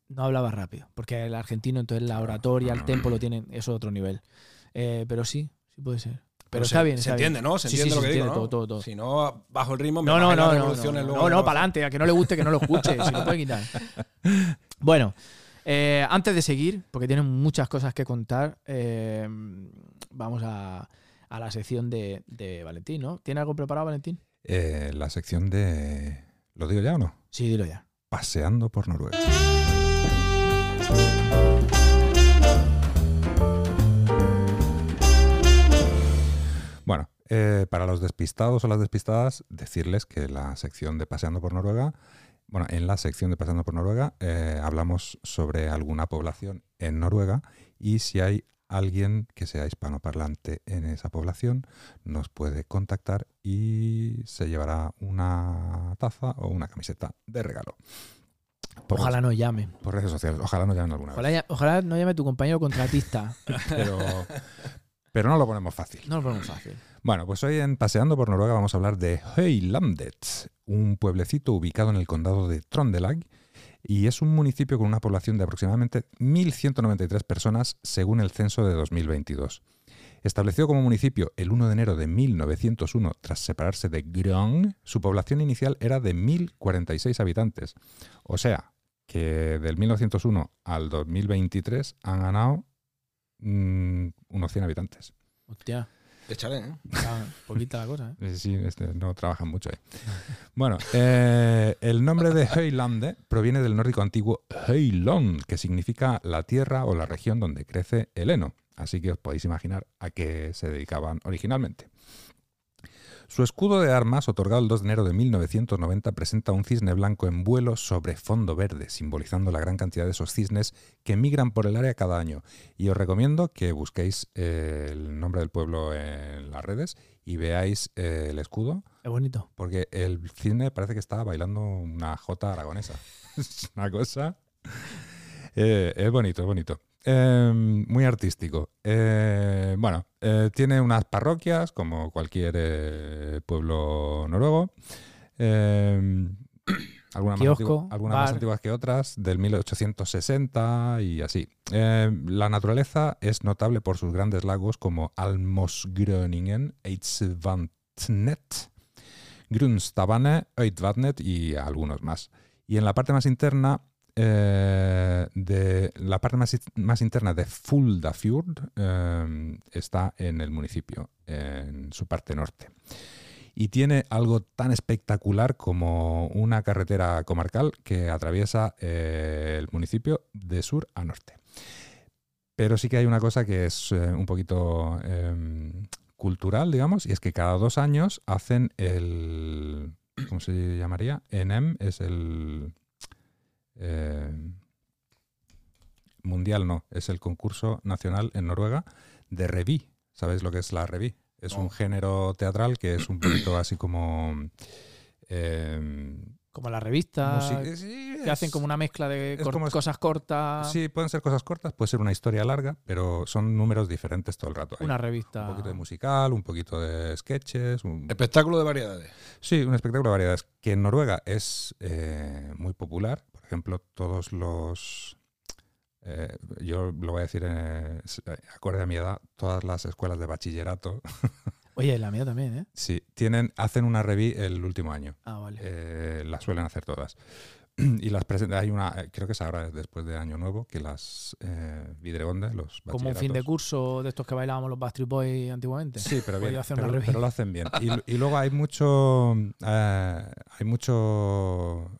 no hablaba rápido. Porque el argentino, entonces la oratoria, el tempo lo tienen, eso es otro nivel. Eh, pero sí, sí puede ser. Pero está
se,
bien,
Se
está
entiende,
bien.
¿no? Se
Sí, sí,
entiende
se
lo que digo,
entiende
¿no?
todo, todo, todo.
Si no, bajo el ritmo, me
No, no,
bajáis las
no, no, no,
revoluciones
no,
luego
no,
de
no,
los-
para adelante, a que no le guste, que no lo escuche, si lo puede quitar. Bueno, eh, antes de seguir, porque tienen muchas cosas que contar, eh, vamos a, a la sección de, de Valentín, ¿no? ¿Tiene algo preparado, Valentín?
Eh, la sección de. ¿Lo digo ya o no?
Sí, dilo ya.
Paseando por Noruega. Bueno, eh, para los despistados o las despistadas, decirles que la sección de Paseando por Noruega, bueno, en la sección de Paseando por Noruega eh, hablamos sobre alguna población en Noruega y si hay alguien que sea hispanoparlante en esa población, nos puede contactar y se llevará una taza o una camiseta de regalo. Por
Ojalá no llame.
redes- por redes sociales, ojalá no llamen alguna
Ojalá, ya- ojalá no llame tu compañero contratista.
vez, pero, pero no lo ponemos fácil.
No lo ponemos fácil.
Bueno, pues hoy en Paseando por Noruega vamos a hablar de Høylandet, un pueblecito ubicado en el condado de Trondelag y es un municipio con una población de aproximadamente 1.193 personas según el censo de 2022. Establecido como municipio el 1 de enero de 1901 tras separarse de Grong, su población inicial era de 1.046 habitantes. O sea, que del 1901 al 2023 han ganado mm, unos 100 habitantes.
Hostia,
Te echaré, ¿eh?
está poquita la cosa, ¿eh?
Sí, sí, este, no trabajan mucho ahí. Bueno, eh, el nombre de Høylande proviene del nórdico antiguo Høylon, que significa la tierra o la región donde crece el heno. Así que os podéis imaginar a qué se dedicaban originalmente. Su escudo de armas, otorgado el 2 de enero de 1990, presenta un cisne blanco en vuelo sobre fondo verde, simbolizando la gran cantidad de esos cisnes que migran por el área cada año. Y os recomiendo que busquéis eh, el nombre del pueblo en las redes y veáis eh, el escudo,
Es bonito.
porque el cisne parece que está bailando una jota aragonesa. es una cosa. Eh, es bonito, es bonito. Eh, muy artístico. Eh, bueno, eh, tiene unas parroquias, como cualquier eh, pueblo noruego. Eh, algunas,
Kiosco,
más, antiguas, algunas más
bar.
antiguas que otras, del 1860 y así. Eh, la naturaleza es notable por sus grandes lagos como Almosgröningen, Eidsvatnet, Grunstavane, Eidvatnet y algunos más. Y en la parte más interna eh, de la parte más, más interna de Fuldafjord eh, está en el municipio, en su parte norte. Y tiene algo tan espectacular como una carretera comarcal que atraviesa eh, el municipio de sur a norte. Pero sí que hay una cosa que es eh, un poquito eh, cultural, digamos, y es que cada dos años hacen el. ¿Cómo se llamaría? ENEM es el. eh, mundial no, es el concurso nacional en Noruega de reví. ¿Sabéis lo que es la reví? Es
No.
un género teatral que es un poquito así como. eh,
Como la revista,
música- sí,
Ah, que hacen
es-
como una mezcla de
es
cor-
como es-
cosas cortas,
Sí, pueden ser cosas cortas, puede ser una historia larga, pero son números diferentes todo el rato. Hay
una revista.
un poquito de musical, un poquito de sketches. un-
Espectáculo de variedades.
Sí, un espectáculo de variedades que en Noruega es eh, muy popular. Por ejemplo, todos los... eh, yo lo voy a decir eh, s- eh, acorde a mi edad, todas las escuelas de bachillerato
Oye, la mía también, ¿eh?
sí, tienen, hacen una review el último año.
Ah, vale.
Eh, las suelen hacer todas. Y las presenta, hay una, eh, creo que es ahora después de Año Nuevo, que las eh, vidreondas, los
como un fin de
bachilleratos-
curso de estos que bailábamos los Backstreet Boys antiguamente.
Sí, pero, bien,
Podía hacer
pero,
una review.
pero lo hacen bien. Y, lu- y luego hay mucho, eh, hay mucho,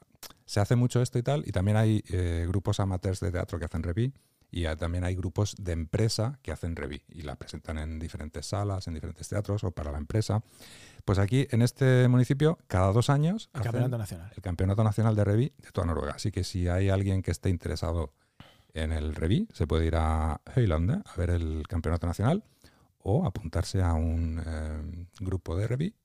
se hace mucho esto y tal, y también hay eh, grupos amateurs de teatro que hacen reví, y ah, también hay grupos de empresa que hacen reví, y la presentan en diferentes salas, en diferentes teatros o para la empresa. Pues aquí, en este municipio, cada dos años
El
hacen
campeonato nacional.
el Campeonato Nacional de Reví de toda Noruega. Así que si hay alguien que esté interesado en el Reví, se puede ir a Høylande a ver el Campeonato Nacional o apuntarse a un eh, grupo de Reví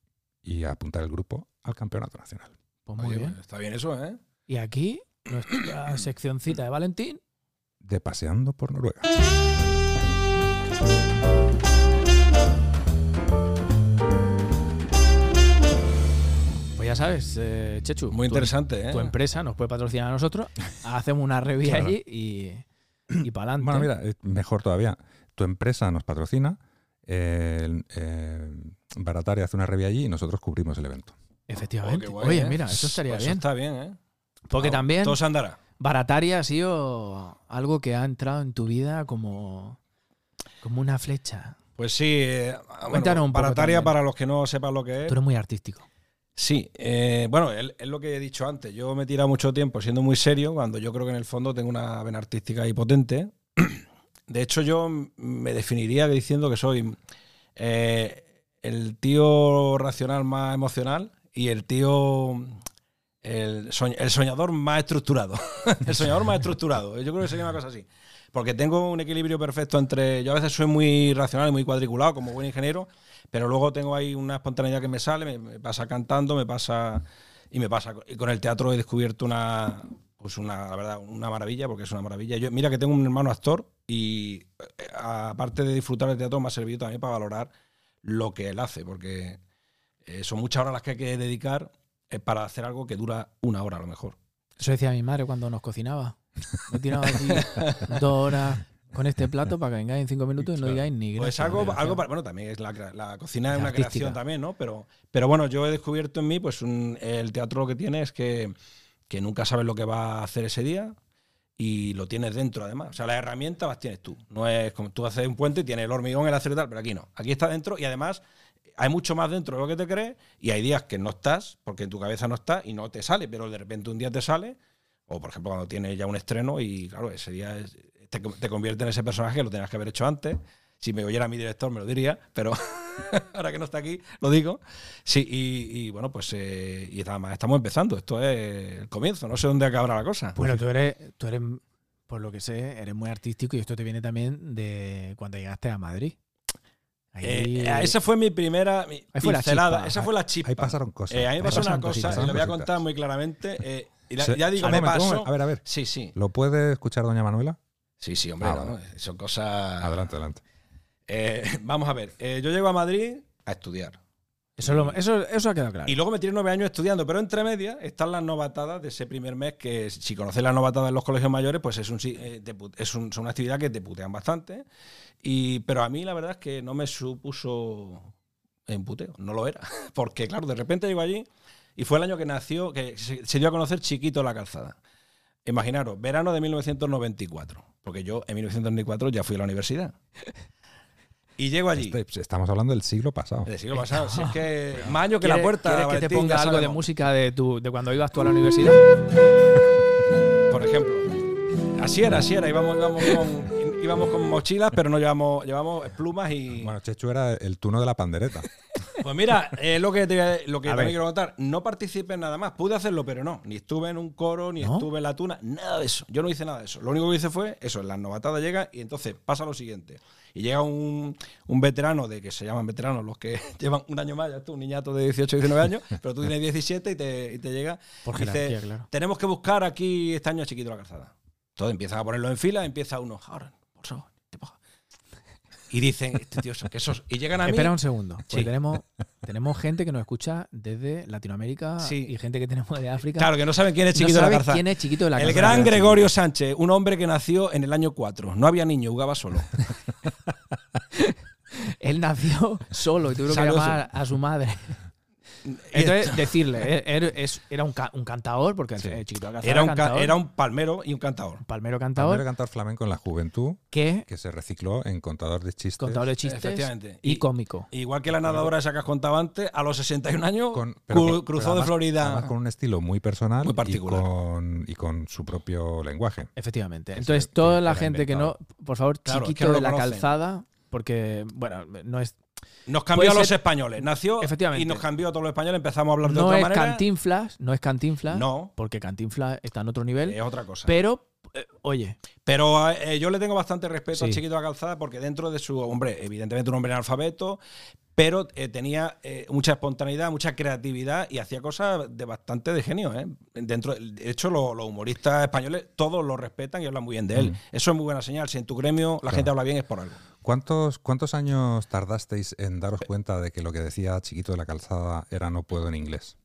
y apuntar el grupo al Campeonato Nacional.
Pues muy
Oye,
bien.
Está bien eso, ¿eh?
Y aquí, nuestra seccioncita de Valentín.
De Paseando por Noruega.
Pues ya sabes, eh, Chechu.
Muy
tu-
interesante, ¿eh?
Tu empresa nos puede patrocinar a nosotros. Hacemos una review
Claro.
allí y, y para adelante.
Bueno, mira, eh, mejor todavía. Tu empresa nos patrocina, eh, el- eh, Baratari hace una Reví allí y nosotros cubrimos el evento.
Oh,
Efectivamente.
qué guay,
Oye,
¿eh?
mira, eso estaría
Pues
bien.
está bien, ¿eh?
Porque
Ah,
también
Todo se andará.
Barataria ha sido algo que ha entrado en tu vida como, como una flecha.
Pues sí. eh, bueno,
Cuéntanos un poco
Barataria,
también.
para los que no sepan lo que es.
Tú eres muy artístico.
Sí, eh, bueno, es es lo que he dicho antes. Yo me he tirado mucho tiempo siendo muy serio, cuando yo creo que en el fondo tengo una vena artística ahí potente. De hecho, yo m- me definiría diciendo que soy eh, el tío racional más emocional y el tío. El, soñ- el soñador más estructurado. el soñador más estructurado. Yo creo que sería una cosa así. Porque tengo un equilibrio perfecto entre. Yo a veces soy muy racional y muy cuadriculado como buen ingeniero, pero luego tengo ahí una espontaneidad que me sale, me, me pasa cantando, me pasa. Y me pasa. Y con el teatro he descubierto una. Pues una, la verdad, una maravilla, porque es una maravilla. Yo, mira que tengo un hermano actor y eh, aparte de disfrutar del teatro, me ha servido también para valorar lo que él hace, porque eh, son muchas horas las que hay que dedicar eh, para hacer algo que dura una hora a lo mejor.
Eso decía mi madre cuando nos cocinaba. Me tiraba aquí dos horas con este plato para que vengáis en cinco minutos y no
Claro.
digáis ni
Pues
gracias,
algo,
gracias.
algo para- bueno, también es la, cre- la cocina
Es
es una
artística.
creación también, ¿no? Pero, pero bueno, yo he descubierto en mí, pues un- el teatro lo que tiene es que, que nunca sabes lo que va a hacer ese día y lo tienes dentro además. O sea, las herramientas las tienes tú. No es como tú haces un puente y tienes el hormigón, el acero y tal, pero aquí no. Aquí está dentro y además hay mucho más dentro de lo que te crees y hay días que no estás porque en tu cabeza no está y no te sale, pero de repente un día te sale o por ejemplo cuando tienes ya un estreno y claro, ese día es- te, te convierte en ese personaje que lo tenías que haber hecho antes. Si me oyera mi director me lo diría, pero ahora que no está aquí lo digo. Sí, y, y bueno, pues eh, y además estamos empezando, esto es el comienzo, no sé dónde acabará la cosa.
Bueno, tú eres, tú eres, por lo que sé, eres muy artístico y esto te viene también de cuando llegaste a Madrid. Ahí-
Eh, esa fue mi primera mi
Ahí fue la
pincelada,
chispa.
esa fue la chispa.
Ahí pasaron cosas.
Eh, a mí
Ahí
me pasó una
pasaron
cosa,
cositas,
y lo voy a
pasaron
contar
cositas.
muy claramente. eh, y la-
Se-
ya digo,
un
me
momento, un
pasó.
momento. A ver, a ver.
Sí, sí.
¿Lo puede escuchar doña Manuela?
Sí, sí, hombre,
Ah,
no, son cosas.
Adelante, adelante.
Eh, vamos a ver, eh, yo llego a Madrid a estudiar.
eso, es lo- eso, eso ha quedado claro.
Y luego me tiré nueve años estudiando, pero entre medias están las novatadas de ese primer mes que, si conoces las novatadas en los colegios mayores, pues es, un, si- eh, te pu- es un- son una actividad que te putean bastante. Y, pero a mí la verdad es que no me supuso en puteo, no lo era. Porque claro, de repente llego allí y fue el año que nació, que se, se dio a conocer Chiquito la Calzada. Imaginaros, verano de 1994, porque yo en 1994 ya fui a la universidad. Y llego allí.
Este- estamos hablando del siglo pasado.
Del siglo pasado. Si es que más año que la
¿Quieres-
puerta.
¿Quieres que te
Valentín,
ponga
ya
algo de
sabemos.
música de, tu, de cuando ibas
Mm,
tú a la universidad?
Por ejemplo. Así era, así era. Íbamos, íbamos con. íbamos con mochilas, pero no llevamos, llevamos plumas y.
Bueno, Chechu era el turno de la pandereta.
Pues mira, es lo que te, lo que
A
también
ver.
quiero contar. No participé en nada más. Pude hacerlo, pero no. Ni estuve en un coro, ni
¿No?
estuve en la tuna, nada de eso. Yo no hice nada de eso. Lo único que hice fue eso, en las novatadas llega y entonces pasa lo siguiente. Y llega un, un veterano, de que se llaman veteranos los que llevan un año más, ya tú, un niñato de 18, 19 años, pero tú tienes 17 y te, y te llega.
Por
y dice,
jerarquía, claro.
Tenemos que buscar aquí este año chiquito la calzada. Todo empiezan a ponerlo en fila, empieza uno, ahora, por favor, tipo". Y dicen, este tío, que esos. Y llegan a mí.
Espera un segundo. porque
Sí.
tenemos, tenemos gente que nos escucha desde Latinoamérica
Sí.
y gente que tenemos de África.
Claro, que no saben quién es Chiquito
no
de la
sabes
Garza.
quién es Chiquito de la
el
Garza.
gran Gregorio Sánchez, un hombre que nació en el año 4. No había niño, jugaba solo.
Él nació solo y tuvieron que
Salió
llamar a su madre. Entonces, decirle, er- er- es- era un, ca- un cantador, porque eh, Chiquito de la Garza
Era un, ca-
cantador,
era un palmero y un cantador.
un palmero
Primero
cantador
cantar flamenco en la juventud,
que
que se recicló en contador de chistes.
contador de chistes
Efectivamente.
y,
Y-
cómico.
Igual que la nadadora esa que has contado antes, a los 61 años
con-
cru-
pero con-
cruzó
pero
de
además- además
Florida.
con un estilo muy personal
Muy
y
particular.
con- y con su propio lenguaje.
Efectivamente.
Eso
Entonces,
que-
toda
que
la
era
gente
inventado.
que no, por favor,
Claro,
Chiquito
que no
de
lo
la
conocen.
calzada, porque, bueno, no es,
Nos cambió a
puede
los
ser-
españoles. Nació
Efectivamente.
y nos cambió a todos los españoles. Empezamos a hablar de
no
otra
es
manera.
Cantinflas, no es Cantinflas,
No.
porque Cantinflas está en otro nivel,
Es otra cosa.
pero, eh, oye,
Pero eh, yo le tengo bastante respeto
Sí.
a Chiquito de la Calzada porque dentro de su, hombre, evidentemente un hombre analfabeto, pero eh, tenía eh, mucha espontaneidad, mucha creatividad y hacía cosas de bastante de genio. ¿eh? Dentro, de hecho, lo- los humoristas españoles todos lo respetan y hablan muy bien de él. Eso es muy buena señal. Si en tu gremio la gente habla bien es por algo.
¿Cuántos, ¿Cuántos años tardasteis en daros cuenta de que lo que decía Chiquito de la Calzada era no puedo en inglés?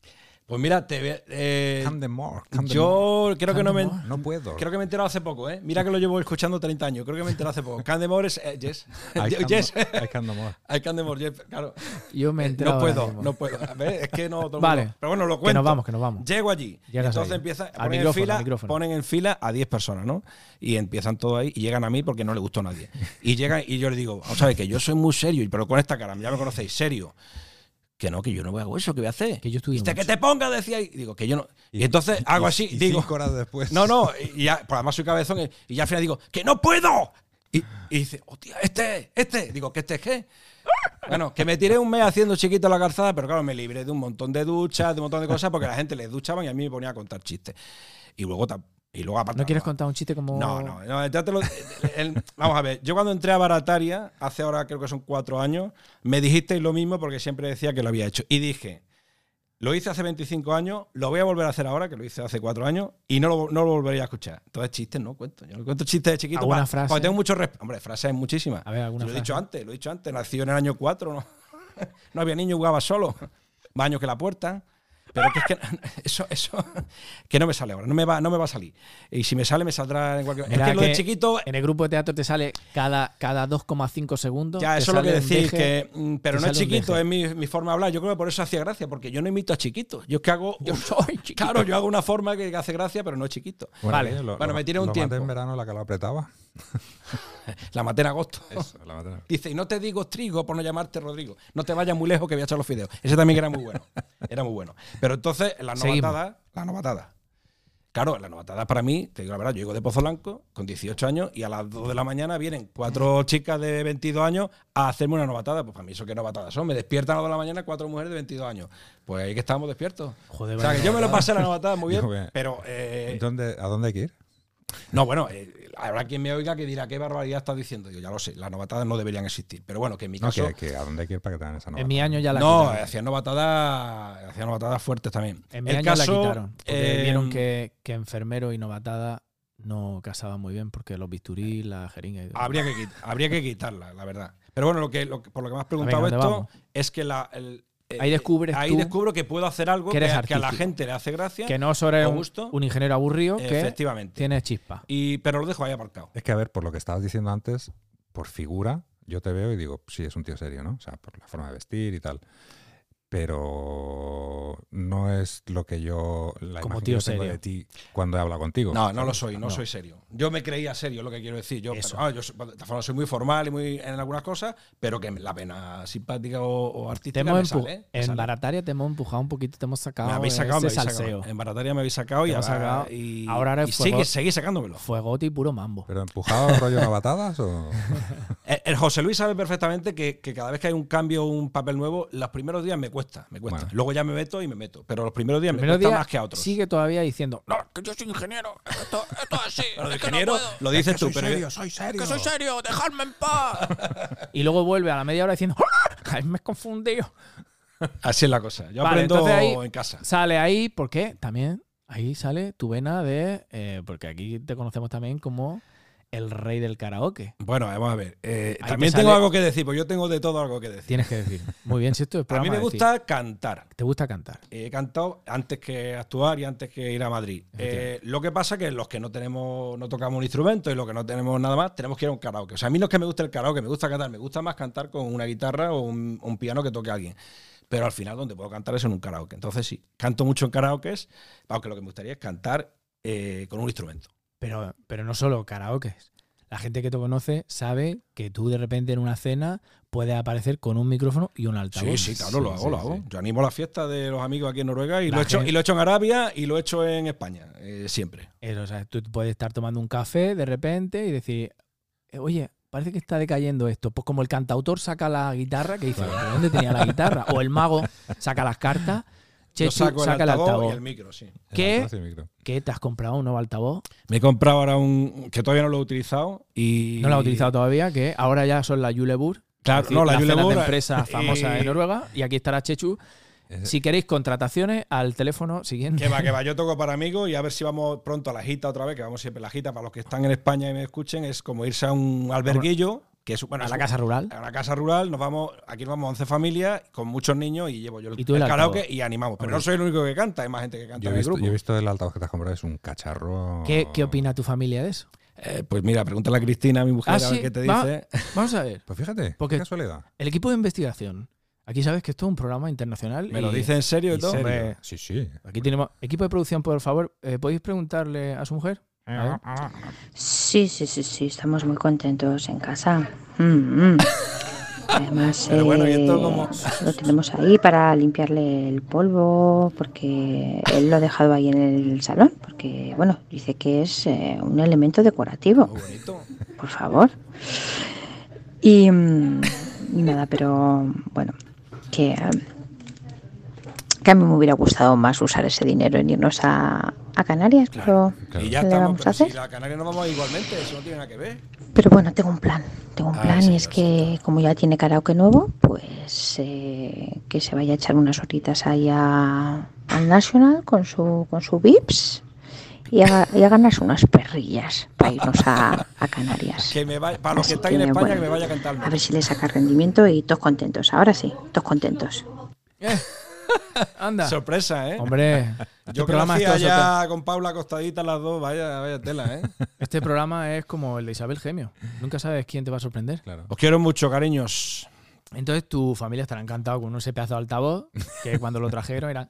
Pues mira, te, ve- eh,
Come the more, come the more.
yo creo que no me...
Candemore.
No puedo.
Creo que me he enterado hace poco, ¿eh? Mira que lo llevo escuchando 30 años. Creo que me he enterado hace poco. Candemore es... eh, yes.
I can-
yes.
I can no more.
I can demore, yes, claro.
yo me he
Eh,
enterado
No
ahora
puedo,
mismo.
no puedo. A ver, es que no. todo el
Vale.
mundo- Pero bueno, lo
Que
cuento.
nos vamos, que nos vamos.
Llego allí.
Llegas
entonces
ahí.
empieza.
Al
Ponen, en
micrófono, al
fila,
micrófono.
ponen en fila a 10 personas, ¿no? Y empiezan todos ahí y llegan a mí porque no le gustó a nadie. Y llegan y yo le digo, vamos a ver, que yo soy muy serio, pero con esta cara, ya me conocéis, serio. Que no, que yo no hago eso, que voy a hacer.
Que yo estudio
Hasta que
mucho.
te ponga, decía. Y digo, que yo no. Y entonces hago así,
Y
digo.
cinco horas después.
No, no, y ya, pues además soy cabezón y- y ya al final digo, ¡que no puedo! Y, y dice, hostia, este, este. Digo, ¿que este es qué? Bueno, que me tiré un mes haciendo chiquito la calzada, pero claro, me libré de un montón de duchas, de un montón de cosas, porque la gente les duchaban y a mí me ponía a contar chistes. Y luego, tam- y luego aparte.
¿No quieres contar un chiste como.?
No, no, no, ya te lo- el- vamos a ver, yo cuando entré a Barataria, hace ahora creo que son cuatro años, me dijisteis lo mismo porque siempre decía que lo había hecho. Y dije, lo hice hace 25 años, lo voy a volver a hacer ahora, que lo hice hace cuatro años, y no lo, no lo volvería a escuchar. Entonces chistes no cuento, yo no cuento chistes de chiquito.
¿Alguna
pa-
frase?
Porque tengo mucho respeto. Hombre, frases muchísimas.
A ver, ¿alguna
Lo he
frase?
dicho antes, lo he dicho antes, nació en el año 4, no, no había niño, jugaba solo, más años que la puerta. Pero que es que eso, eso que no me sale ahora, no me va, no me va a salir. Y si me sale, me saldrá en cualquier
Mira
Es que lo de
que
chiquito,
En el grupo de teatro te sale cada, cada 2,5 segundos.
ya
te
eso es lo que
sale un
decís,
deje.
que, mm, pero
te
no es
sale un
chiquito,
deje.
es mi, mi forma de hablar. Yo creo que por eso hacía gracia, porque yo no imito a chiquito. Yo es que hago. yo-
soy chiquito.
Claro, yo hago una forma que hace gracia, pero no es chiquito.
Vale.
oye, lo-
Bueno,
lo-
me tiré un
lo maté
tiempo.
en verano la que lo apretaba.
La maté en agosto.
Eso, la maté en-
Dice, y no te digo trigo por no llamarte Rodrigo. No te vayas muy lejos que voy a echar los fideos. Ese también que era muy bueno. Era muy bueno. Pero entonces, las
Seguimos.
novatadas, las novatadas. Claro, las novatadas para mí, te digo la verdad, yo llego de Pozo Blanco con 18 años y a las 2 de la mañana vienen cuatro chicas de 22 años a hacerme una novatada. Pues para mí eso que novatadas son. Me despiertan a las 2 de la mañana cuatro mujeres de 22 años. Pues ahí que estábamos despiertos.
Joder,
o sea,
vaya
que yo me lo pasé la novatada muy
Yo
bien,
me-
pero... eh,
¿Dónde- ¿A dónde hay que ir?
no, bueno, eh, habrá quien me oiga que dirá qué barbaridad estás diciendo. Yo ya lo sé, las novatadas no deberían existir. Pero bueno, que en mi
No,
caso...
que, que a dónde hay que ir para que te hagan esa
En
novata.
mi año ya la
No,
quitaron.
hacían novatadas, hacían novatadas fuertes también.
En mi
El
año
caso,
la quitaron. Porque
eh,
vieron que, que enfermero y novatada no casaban muy bien porque los bisturí, la jeringa y todo.
Eh, habría que quit- habría que quitarla, la verdad. Pero bueno, lo que lo que- por lo que me has preguntado
¿dónde
esto
vamos?
es que la el- eh,
Ahí descubres
ahí
tú
descubro que puedo hacer algo
que
que,
eres
que a la
artístico.
gente le hace gracia.
que no solo eres
con
un-
gusto.
un ingeniero aburrido que
efectivamente.
tiene chispa.
Y pero lo dejo ahí aparcado.
Es que, a ver, por lo que estabas diciendo antes, por figura, yo te veo y digo, sí, es un tío serio, ¿no? O sea, por la forma de vestir y tal. pero no es lo que yo la
Como
imagen que
tío
yo tengo
serio.
de ti cuando he hablado contigo.
No, no lo soy, no,
No.
soy serio. Yo me creía serio, lo que quiero decir. Yo,
Eso.
pero, ah, yo soy, de esta forma soy muy formal y muy en algunas cosas, pero que la pena simpática o, o
Te
artística me
hemos empu-
sale, me
en
sale.
Barataria te hemos empujado un poquito, te hemos sacado,
me habéis sacado, me
ese
habéis
este salseo.
sacado. En Barataria me habéis sacado
Te
y
hemos
ahora,
sacado.
y,
Ahora eres
y
fuego-
sigue, seguís sacándomelo.
Fuegote y puro mambo.
¿Pero empujado rollo navatadas o...?
El, el José Luis sabe perfectamente que, que cada vez que hay un cambio, un papel nuevo, los primeros días me cuesta, me cuesta.
Bueno.
Luego ya me meto y me meto. Pero los primeros días
Primero
me cuesta
día
más que a otros.
Sigue todavía diciendo, no, que yo
Pero de ingeniero lo dices tú, pero
soy serio, dejadme en paz. y luego vuelve a la media hora diciendo, ¡Ah! me he confundido.
así es la cosa. Yo
Vale,
aprendo
entonces ahí-
en casa.
Sale ahí, ¿por qué? También ahí sale tu vena de. eh, porque aquí te conocemos también como el rey del karaoke.
Bueno, vamos a ver. eh,
Ahí te
también tengo
sale-
algo que decir, porque yo tengo de todo algo que decir.
Tienes que decir. Muy bien, si esto es
A mí
programa
me
de decir.
gusta cantar.
Te gusta cantar.
He cantado antes que actuar y antes que ir a Madrid.
Efectivamente.
Eh, lo que pasa que los que no tenemos, no tocamos un instrumento y los que no tenemos nada más, tenemos que ir a un karaoke. O sea, a mí no es que me guste el karaoke, me gusta cantar, me gusta más cantar con una guitarra o un, un piano que toque alguien. Pero al final donde puedo cantar es en un karaoke. Entonces sí, canto mucho en karaokes, aunque lo que me gustaría es cantar eh, con un instrumento.
Pero, pero no solo karaoke. La gente que te conoce sabe que tú de repente en una cena puedes aparecer con un micrófono y un
Sí,
altavoz.
sí, claro, lo
Sí,
hago,
sí,
lo hago.
sí.
Yo animo la fiesta de los amigos aquí en Noruega y
La
lo, he hecho,
gente-
y lo he hecho en Arabia y lo he hecho en España, eh, siempre.
Eh, o sea, tú puedes estar tomando un café de repente y decir, eh, oye, parece que está decayendo esto. Pues como el cantautor saca la guitarra, que dice, "¿De dónde tenía la guitarra? O el mago saca las cartas,
Yo
Chechu
saco el
saca el
altavoz,
altavoz.
y el micro, sí.
¿Qué?
El altavoz y el micro.
¿Qué? ¿Te has comprado un nuevo altavoz?
Me he comprado ahora un que todavía no lo he utilizado y
No lo has utilizado todavía, que ahora ya son la Julebur.
Claro, no, la eh, Yule
de
Bur-
empresa
y-
famosa de Noruega. Y aquí estará Chechu.
eh.
Ese-
Si queréis contrataciones, al teléfono siguiente.
Que va, que va, yo toco para amigos y a ver si vamos pronto a la gita otra vez, que vamos siempre a la gita. Para los que están en España y me escuchen, es como irse a un alberguillo, que es bueno,
a
es
la
un-
casa rural.
A la casa rural, nos vamos, aquí nos vamos 11 familias con muchos niños y llevo yo el,
Y tú el
el karaoke
altavoz.
y animamos. Pero no soy el único que canta, hay más gente que canta
Yo he,
en el
visto,
grupo.
yo he visto el altavoz que te has comprado, es un cacharro.
¿Qué, ¿Qué opina tu familia de eso?
Eh, pues mira, pregúntale a Cristina, mi mujer,
Ah,
a ver
sí,
qué te
va.
dice.
Vamos a ver.
Pues fíjate,
Porque-
qué casualidad.
El equipo de investigación. Aquí sabes que esto es un programa internacional.
Me
y-
lo dice en serio y
y
todo.
serio.
Hombre,
Sí, sí.
Aquí tenemos. Equipo de producción, por favor, eh, ¿podéis preguntarle a su mujer? A ver.
Sí, sí, sí, sí, estamos muy contentos en casa. Mm, mm. Además,
Pero bueno, ¿y esto
eh,
cómo?
lo tenemos ahí para limpiarle el polvo, porque él lo ha dejado ahí en el salón, porque, bueno, dice que es eh, un elemento decorativo,
muy bonito.
por favor. Y, mm, y nada, pero bueno, que, mm, que a mí me hubiera gustado más usar ese dinero en irnos a, a Canarias, pero...
Claro.
Y ya
¿Qué le
estamos,
vamos a
pero si
hacer?
la Canaria no vamos igualmente, eso no tiene nada que ver.
Pero bueno, tengo un plan. Tengo un
Ah,
plan
sí,
y es
sí,
que como ya tiene karaoke nuevo, pues eh, que se vaya a echar unas horitas ahí a- al National con su con su Vips y a, y a ganarse unas perrillas para irnos a, a Canarias.
Que me vaya, para los que
Así
están en
que,
España,
bueno,
que me vaya a cantar.
A ver si le saca rendimiento y todos contentos. Ahora sí, todos contentos.
Anda.
Sorpresa, ¿eh?
Hombre, este
Yo que lo
programa es
hacía
todo sorpre-
ya con Paula acostadita las dos, vaya, vaya tela, ¿eh?
Este programa es como el de Isabel Gemio. Nunca sabes quién te va a sorprender.
Claro.
Os quiero mucho, cariños.
Entonces tu familia estará encantado con ese pedazo de altavoz que cuando lo trajeron era.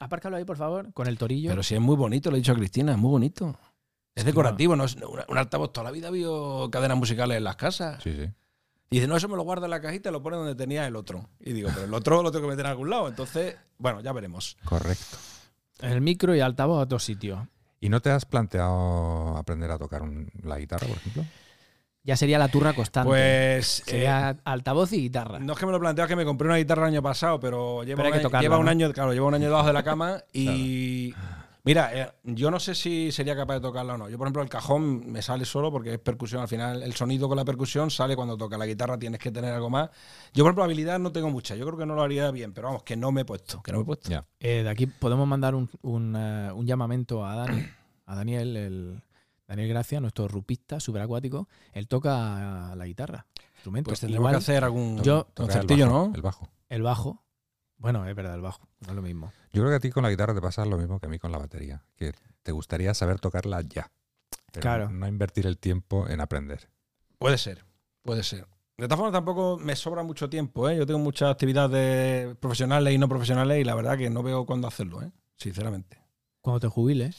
Apárcalo ahí, por favor, con el torillo.
Pero si es muy bonito, lo he dicho a Cristina, es muy bonito. Es decorativo, no es un- un altavoz. Toda la vida vio cadenas musicales en las casas.
Sí, sí.
Y dice, no, eso me lo guarda en la cajita y lo pone donde tenía el otro. Y digo, pero el otro lo tengo que meter en algún lado. Entonces, bueno, ya veremos.
Correcto.
El micro y altavoz a otro sitio.
¿Y no te has planteado aprender a tocar un- la guitarra, por ejemplo?
Ya sería la turra constante.
Pues. eh,
sería altavoz y guitarra.
No es que me lo planteo, es que me compré una guitarra el año pasado, pero lleva,
Pero hay
un,
que
año,
tocarla,
lleva un
¿no?
año, claro, lleva un año debajo de la cama y mira, eh, yo no sé si sería capaz de tocarla o no. Yo, por ejemplo, el cajón me sale solo porque es percusión. Al final, el sonido con la percusión sale cuando toca la guitarra, tienes que tener algo más. Yo, por ejemplo, habilidad no tengo mucha. Yo creo que no lo haría bien, pero vamos, que no me he puesto, que no me he puesto.
Ya.
Eh, de aquí podemos mandar un, un, eh, un llamamento a Dani, a Daniel, el, Daniel Gracia, nuestro rupista superacuático. Él toca la guitarra, instrumento. Este
Pues tendremos
Igual
que hacer algún
yo-
concertillo,
el bajo,
¿no?
El bajo.
el bajo. Bueno, es verdad, el bajo, no es lo mismo.
Yo creo que a ti con la guitarra te pasa lo mismo que a mí con la batería, que te gustaría saber tocarla ya. Pero
Claro.
No invertir el tiempo en aprender.
Puede ser, puede ser. De todas formas, tampoco me sobra mucho tiempo, ¿eh? Yo tengo muchas actividades profesionales y no profesionales y la verdad que no veo cuándo hacerlo, ¿eh? Sinceramente.
Cuando te jubiles.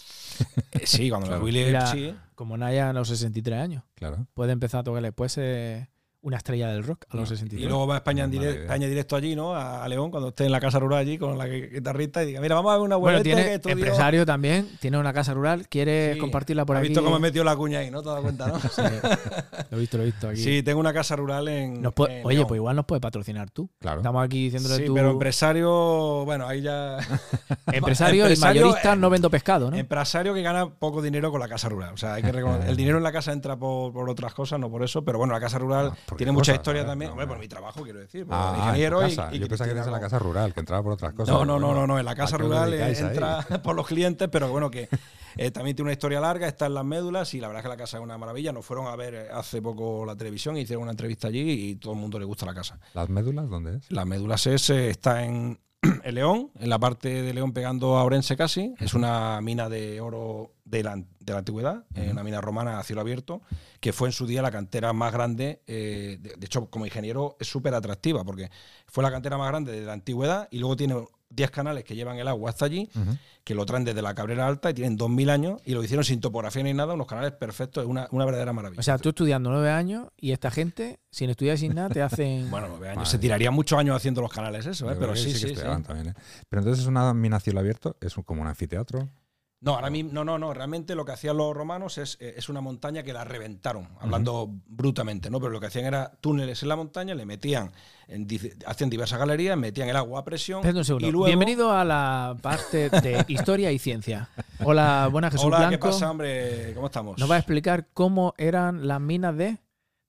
Eh, sí, cuando me
Claro.
jubile,
Mira,
sí.
Como Naya a los 63 años.
Claro.
Puede empezar a tocar después eh, una estrella del rock a los
Y
63.
luego va a España, en
Mala
direct-
idea.
España directo allí, ¿no? A, a León, cuando esté en la casa rural allí con la gui- guitarrista y diga, mira, vamos a ver una
bueno,
vuelta que
tiene
estudio-
empresario también, tiene una casa rural, quiere
Sí.
compartirla por
¿Has
aquí.
visto cómo he metido la cuña ahí, ¿no? Te has dado cuenta, ¿no?
Sí. Lo he visto, lo he visto aquí.
sí, tengo una casa rural en.
Nos puede-
en
oye,
León.
pues igual nos puede patrocinar tú.
Claro.
Estamos aquí diciéndole
Sí,
tú,
pero empresario, bueno, ahí ya.
empresario,
empresario,
y mayorista,
eh,
no vendo pescado, ¿no?
Empresario que gana poco dinero con la casa rural. O sea, hay que
Ah.
reconocer. El dinero en la casa entra por, por otras cosas, no por eso. Pero bueno, la casa rural
Ah, ¿por qué
tiene mucha
cosas?
historia
Ah,
también.
no,
Hombre,
no.
por mi trabajo, quiero decir. por
Ah,
ingeniero
en
y-
tu casa.
y
Yo pensaba que
Cristina
eres en la
Rojo.
casa rural, que entraba por otras cosas.
No, no,
Pero
no,
bueno,
no, no. En la casa
¿a qué os
rural
dedicáis
eh,
ahí?
entra por los clientes, pero bueno, que eh, también tiene una historia larga, está en las médulas y la verdad es que la casa es una maravilla. Nos fueron a ver eh, hace poco la televisión, hicieron una entrevista allí y todo el mundo le gusta la casa.
¿Las médulas dónde es?
Las médulas es, eh, está en, en León, en la parte de León pegando a Orense casi. Es una mina de oro de la, de la antigüedad, eh, una mina romana a cielo abierto, que fue en su día la cantera más grande. eh, de, de hecho, como ingeniero es súper atractiva porque fue la cantera más grande de la antigüedad y luego tiene 10 canales que llevan el agua hasta allí, que lo traen desde la Cabrera Alta y tienen 2.000 años y lo hicieron sin topografía ni nada, unos canales perfectos, es una, una verdadera maravilla.
O sea, tú estudiando nueve años y esta gente, sin estudiar y sin nada, te hacen.
bueno, nueve años.
Madre
Se tiraría muchos años haciendo los canales eso,
Yo
¿eh?
creo
pero
que
sí,
que
sí, sí.
estudiaban también, ¿eh? Pero entonces es una mina a cielo abierto, es un- como un anfiteatro.
No, ahora mismo, no, no, no. Realmente lo que hacían los romanos es, eh, es una montaña que la reventaron, hablando brutamente, ¿no? Pero lo que hacían era túneles en la montaña, le metían, en di- hacían diversas galerías, metían el agua a presión.
Espérate un segundo.
Y luego,
Bienvenido a la parte de historia y ciencia. Hola, buenas Jesús
Hola, ¿qué
Blanco.
pasa, hombre? ¿Cómo estamos?
Nos va a explicar cómo eran las minas de,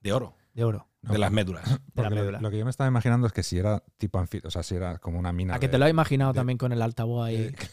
De oro,
de oro.
de las médulas.
De la
Porque lo,
médula.
lo que yo me estaba imaginando es que si era tipo anfiteatro, o sea, si era como una mina.
A que
de-
te lo has imaginado
de-
también con el altavoz
eh,
ahí. ¿A que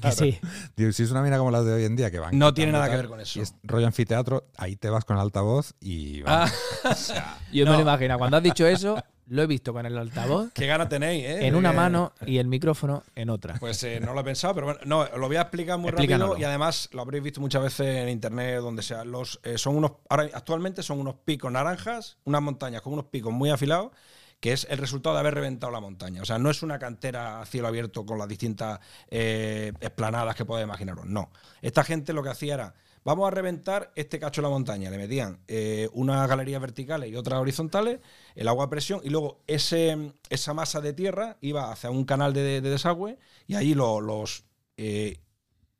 Claro.
sí.
Digo, si es una mina como la de hoy en día que van.
No tiene
quitando
nada que
tal,
ver con eso.
y es rollo anfiteatro, ahí te vas con el altavoz y.
Ah,
vamos,
Yo me lo imagino. Cuando has dicho eso, lo he visto con el altavoz
qué gana tenéis, ¿eh?
en una
Eh,
mano y el micrófono en otra.
Pues eh, no lo he pensado, pero bueno, no, lo voy a explicar muy
Explícanoslo.
rápido y además lo habréis visto muchas veces en internet donde sea. Los, eh, son unos, ahora, actualmente son unos picos naranjas, unas montañas con unos picos muy afilados, que es el resultado de haber reventado la montaña. O sea, no es una cantera a cielo abierto con las distintas eh, esplanadas que podéis imaginaros, no. Esta gente lo que hacía era, vamos a reventar este cacho de la montaña, le metían eh, unas galerías verticales y otras horizontales, el agua a presión y luego ese, esa masa de tierra iba hacia un canal de, de desagüe y allí lo- los eh,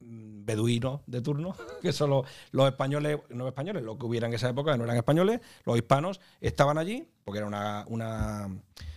mm, beduinos de turno, que son los, los españoles, no españoles, los que hubiera en esa época, no eran españoles, los hispanos estaban allí, porque era una, una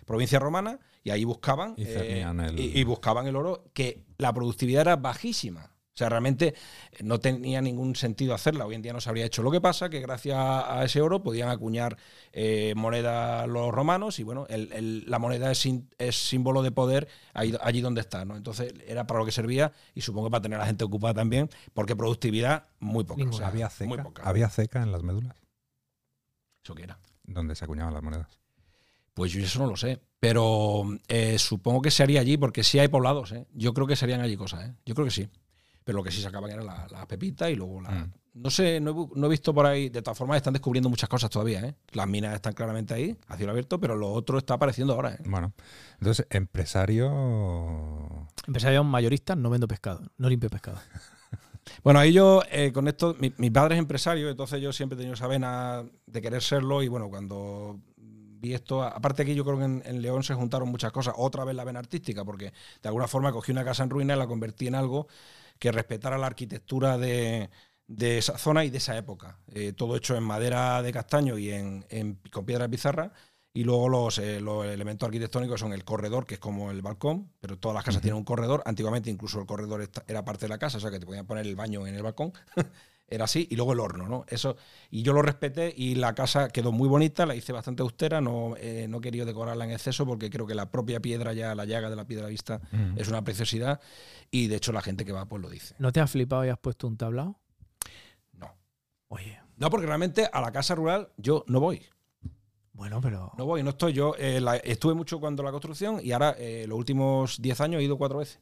provincia romana, y ahí buscaban eh,
Y cernían el-
y- y buscaban el oro, que la productividad era bajísima. O sea, realmente eh, no tenía ningún sentido hacerla. Hoy en día no se habría hecho. Lo que pasa que gracias a ese oro podían acuñar eh, moneda los romanos y bueno, el- el- la moneda es, sin- es símbolo de poder ahí- allí donde está. ¿no? Entonces era para lo que servía y supongo que para tener a la gente ocupada también, porque productividad muy poca.
Ninguna.
o sea,
había
muy
ceca.
poca.
Había ceca en las médulas,
Eso que era.
donde se acuñaban las monedas.
Pues yo eso no lo sé. Pero eh, supongo que se haría allí, porque sí hay poblados, ¿eh? Yo creo que serían allí cosas, ¿eh? Yo creo que sí. Pero lo que sí sacaban eran las las pepitas y luego la.
Mm.
No sé, no he, bu- no he visto por ahí. De todas formas, están descubriendo muchas cosas todavía, ¿eh? Las minas están claramente ahí, a cielo abierto, pero lo otro está apareciendo ahora, ¿eh?
Bueno, entonces, empresario.
Empresario mayorista, no vendo pescado, no limpio pescado.
Bueno, ahí yo eh, con esto, mi, mi padre es empresario, entonces yo siempre he tenido esa vena de querer serlo y bueno, cuando vi esto, a- aparte que yo creo que en, en León se juntaron muchas cosas, otra vez la vena artística, porque de alguna forma cogí una casa en ruina y la convertí en algo que respetara la arquitectura de, de esa zona y de esa época. Eh, todo hecho en madera de castaño y en, en- con piedra de pizarra. Y luego los, eh, los elementos arquitectónicos son el corredor, que es como el balcón, pero todas las casas tienen un corredor. Antiguamente incluso el corredor esta- era parte de la casa, o sea que te podían poner el baño en el balcón. era así. Y luego el horno, ¿no? Eso, y yo lo respeté y la casa quedó muy bonita, la hice bastante austera, no, eh, no he querido decorarla en exceso porque creo que la propia piedra ya, la llaga de la piedra vista, es una preciosidad. Y de hecho la gente que va pues lo dice.
¿No te has flipado y has puesto un tablao?
No.
Oye,
No, porque realmente a la casa rural yo no voy.
bueno, pero.
No voy, no estoy. Yo eh, la- estuve mucho cuando la construcción y ahora eh, los últimos 10 años he ido cuatro veces.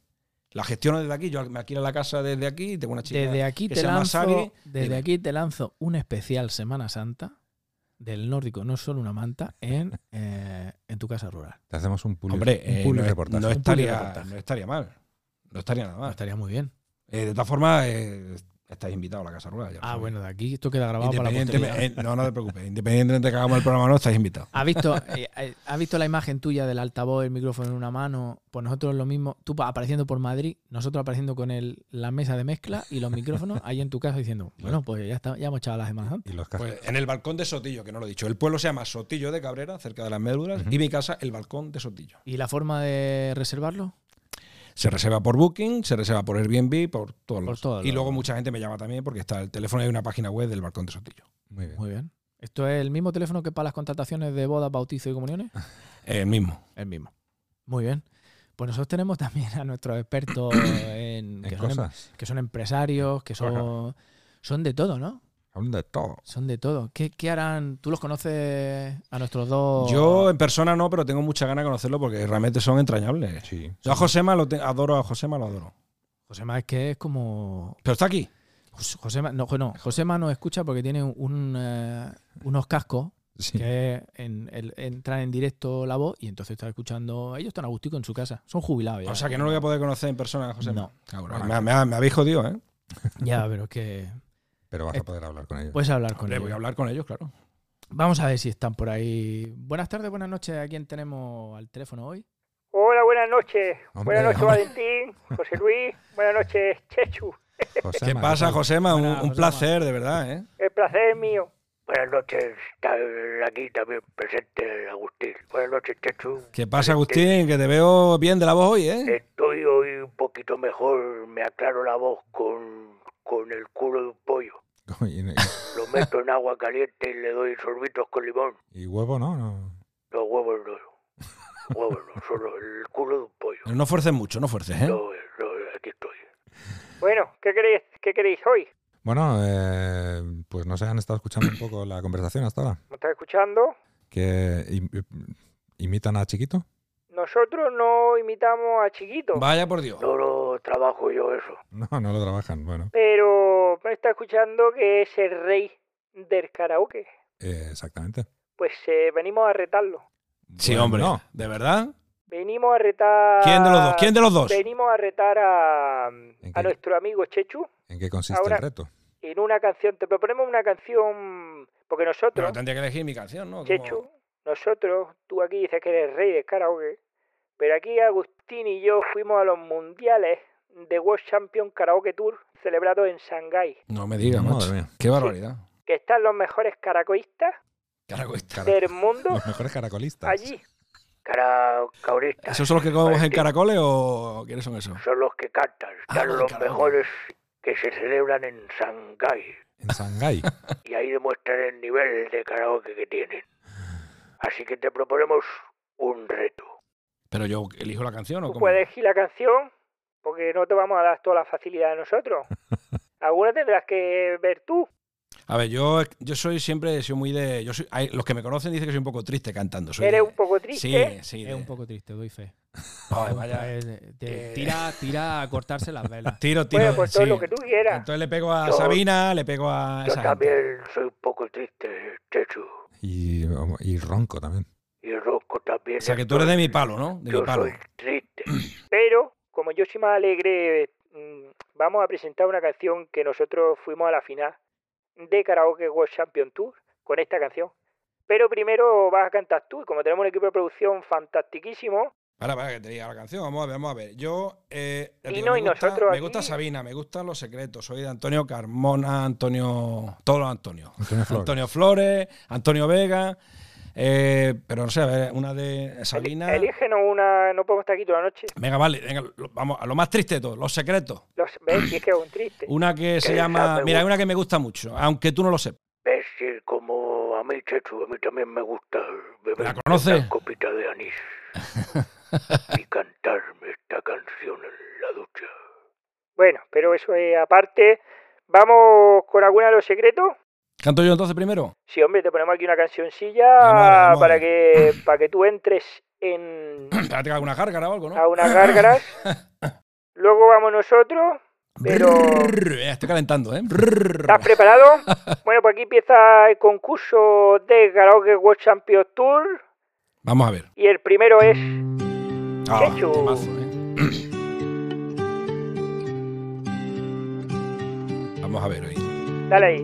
La gestiono desde aquí. Yo me alquilo la casa desde aquí y tengo una chica.
desde aquí
que
te
se llama
lanzo.
Sari,
desde
dime.
aquí te lanzo un especial Semana Santa del nórdico, no es solo una manta, en, eh, en tu casa rural.
Te hacemos un public,
Hombre,
un
eh,
public
no, es-
reportaje.
no
Un
estaría,
publireportaje.
no estaría mal. No estaría nada mal.
Estaría muy bien.
Eh, de todas formas, eh, estáis invitados a la Casa Rural. ya lo
Ah,
sabéis.
bueno, de aquí esto queda grabado para la
Independientemente-
posteridad.
eh, no, no te preocupes. Independientemente de que hagamos el programa o no, estáis invitados.
¿Has visto, eh, eh, ¿Has visto la imagen tuya del altavoz, el micrófono en una mano? Pues nosotros lo mismo, tú pa- apareciendo por Madrid, nosotros apareciendo con el, la mesa de mezcla y los micrófonos ahí en tu casa diciendo, bueno, pues ya está, ya hemos echado las semanas antes.
Y los cafés.
Pues en el balcón de Sotillo, que no lo he dicho. El pueblo se llama Sotillo de Cabrera, cerca de las médulas, y mi casa, el balcón de Sotillo.
¿Y la forma de reservarlo?
Se reserva por Booking, se reserva por Airbnb, por todos
Por
los.
todos
y
los-
luego mucha gente me llama también porque está el teléfono de una página web del balcón de Sotillo.
Muy bien.
Muy bien. ¿Esto es el mismo teléfono que para las contrataciones de bodas, bautizos y comuniones?
El mismo.
El mismo. Muy bien. Pues nosotros tenemos también a nuestros expertos en,
pues,
En
que, son, em-
cosas.
que son empresarios, que son, son de todo, ¿no?
Aún de todo.
Son de todo. ¿Qué, qué harán? ¿Tú los conoces a nuestros dos?
Yo en persona no, pero tengo mucha ganas de conocerlo porque realmente son entrañables.
Sí.
Yo a Josema lo te- adoro, a Josema lo adoro.
Josema es que es como.
Pero está aquí.
Jos- Josema, no, no, Josema nos escucha porque tiene un, eh, unos cascos
Sí.
que en, el- entran en directo la voz y entonces está escuchando. Ellos están a gustico en su casa. Son jubilados ya.
O sea que no lo voy a poder conocer en persona, José.
No.
Cabrón, me, me- me habéis jodido, ¿eh?
Ya, pero es que.
Pero vas
Eh,
a poder hablar con ellos.
Puedes hablar con
Le
ellos.
voy a hablar con ellos, claro.
Vamos a ver si están por ahí. Buenas tardes, buenas noches. ¿A quién tenemos al teléfono hoy?
Hola, buenas noches.
Hombre,
buenas noches,
hombre.
Valentín, José Luis. Buenas noches, Chechu.
Josema,
pues, ¿Qué pasa,
tal?
Josema? Un,
Buenas,
un
Josema.
placer, de verdad, ¿eh?
El placer es mío.
Buenas noches, está aquí también presente Agustín. Buenas noches, Chechu.
¿Qué pasa, Agustín? Que te veo bien de la voz hoy, ¿eh?
Estoy hoy un poquito mejor, me aclaro la voz con, con el culo de un pollo.
Y,
Lo meto en agua caliente y le doy sorbitos con limón.
y huevo, ¿no? no.
Los huevos no. Huevos no, solo el culo de un pollo.
No fuerces mucho, no fuerces, ¿eh?
No, no, aquí estoy.
Bueno, ¿qué queréis, qué queréis hoy?
Bueno, eh, pues no sé, han estado escuchando un poco la conversación hasta ahora.
¿Me estáis escuchando?
Que im- imitan a Chiquito.
Nosotros no imitamos a Chiquito,
Vaya por Dios.
No lo trabajo yo eso.
No, no lo trabajan. Bueno,
pero me está escuchando que es el rey del karaoke.
eh, exactamente.
Pues eh, venimos a retarlo.
Sí,
Bueno,
hombre.
no.
¿De verdad?
Venimos a retar.
¿Quién de los dos? ¿Quién de los dos?
Venimos a retar a,
qué?
a nuestro amigo Chechu
¿En qué consiste
Ahora-
el reto?
en una canción. Te proponemos una canción, porque
Pero
nosotros.
tendría que elegir mi canción, ¿no? Como-
Chechu, nosotros, tú aquí dices que eres rey de karaoke, pero aquí Agustín y yo fuimos a los mundiales de World Champion Karaoke Tour celebrados en Shanghái,
No me digas,
Madre
macho.
mía.
Qué barbaridad.
que están los mejores caracoístas
Carajo, esta-
del mundo
Los mejores caracolistas.
allí.
Cara, caurista,
¿Esos son los que comemos
Pues
en caracoles o quiénes son esos?
son los que cantan. Están los mejores que se celebran en Shanghái.
En Shanghái.
y ahí demuestran el nivel de karaoke que tienen. Así que te proponemos un reto.
Pero yo elijo la canción o
Tú
cómo?
puedes elegir la canción, porque no te vamos a dar toda la facilidad de nosotros. Alguna tendrás que ver tú.
A ver, yo, yo soy siempre, soy muy de. Yo soy, hay- los que me conocen dicen que soy un poco triste cantando. soy
Eres
de-
un poco triste.
Sí, sí. de-
Es un poco triste, doy fe.
Joder, vaya.
Es de- de-
Eh.
Tira, tira a cortarse las velas.
Tiro, tiro.
Bueno, pues todo
sí.
lo que tú quieras.
Entonces le pego a
Yo-
Sabina, le pego a.
Yo
esa gente.
también soy un poco triste, Chechu.
Y, y Ronco también.
Y Rosco también.
O sea, que tú eres de mi palo, ¿no? De mi
Yo
palo.
soy triste.
Pero, como yo soy más alegre, mm, vamos a presentar una canción que nosotros fuimos a la final de Karaoke World Champion Tour con esta canción. Pero primero vas a cantar tú, y como tenemos un equipo de producción fantastiquísimo,
Para, para que te diga la canción. Vamos a ver, vamos a ver. Yo. Eh, ya te
Pino
me
y
gusta-
nosotros
Me
aquí.
gusta Sabina, me gustan los secretos. Soy de Antonio Carmona, Antonio. Todos los Antonio.
Antonio Flores.
Antonio Flores, Antonio Vega. eh, pero no sé, a ver, una de Sabina.
elígenos una, no podemos estar aquí toda la noche.
Venga, vale, venga, lo- vamos a lo más triste de todo, los secretos.
Los ves, y es que es un triste.
Una que se
Que
llama.
sabe
Mira, hay
mucho.
una que me gusta mucho, aunque tú no lo sepas.
¿Ves? Sí, como a mí, Chechu, a mí también me gusta beber
¿La conoces?
una copita de anís y cantarme esta canción en la ducha.
Bueno, pero eso es aparte. Vamos con alguna de los secretos.
¿Canto yo entonces primero?
Sí, hombre, te ponemos aquí una cancioncilla
Vamos, vamos.
para que para que tú entres en Ah,
Espérate que haga una gárgara o algo, ¿no?
a unas gárgaras. Luego vamos nosotros Pero. Ah.
Brrr, Estoy calentando, ¿eh?
¿Estás preparado? Bueno, pues aquí empieza el concurso de Karaoke World Champions Tour.
Vamos a ver.
Y el primero es.
Ah,
Chechu.
temazo, ¿eh? Vamos a ver hoy.
Dale ahí.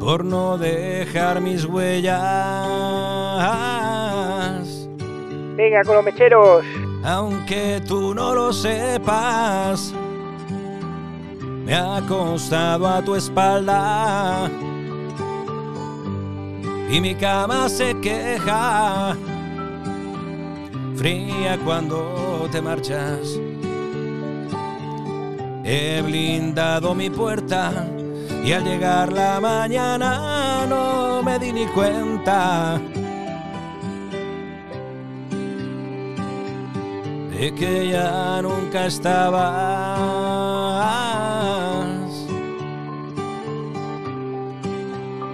Por no dejar mis huellas.
Venga, con los mecheros.
Aunque tú no lo sepas, me ha acostado a tu espalda. Y mi cama se queja, fría cuando te marchas. He blindado mi puerta y al llegar la mañana no me di ni cuenta. de que ya nunca estabas.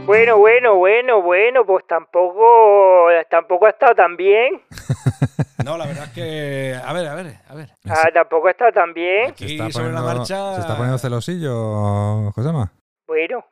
Bueno, bueno, bueno, bueno, pues tampoco. Tampoco ha estado tan bien.
No, la verdad es que. A ver, a ver, a ver.
Ah, tampoco ha estado tan bien.
Aquí sobre la marcha.
se está poniendo celosillo, Josema.
Bueno,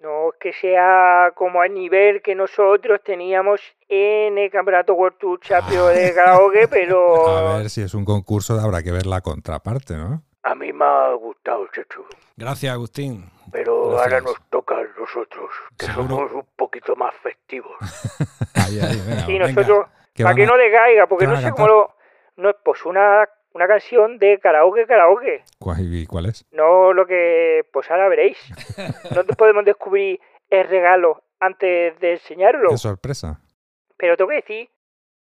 no es que sea como al nivel que nosotros teníamos en el Campeonato World Tour Champions de Karaoke, pero.
A ver si es un concurso, habrá que ver la contraparte, ¿no?
A mí me ha gustado, Chechu.
Gracias, Agustín.
Pero
Gracias.
ahora nos toca a nosotros, que somos un poquito más festivos.
Ahí, ahí, venga,
Sí,
venga.
nosotros,
Que
para
van
que
a-
no le caiga, porque
que
no
van a
sé cómo lo... No, pues una, una canción de karaoke, karaoke.
¿Cuál, y cuál es?
No lo que... Pues ahora veréis. No te podemos descubrir el regalo antes de enseñarlo.
Qué sorpresa.
Pero tengo que decir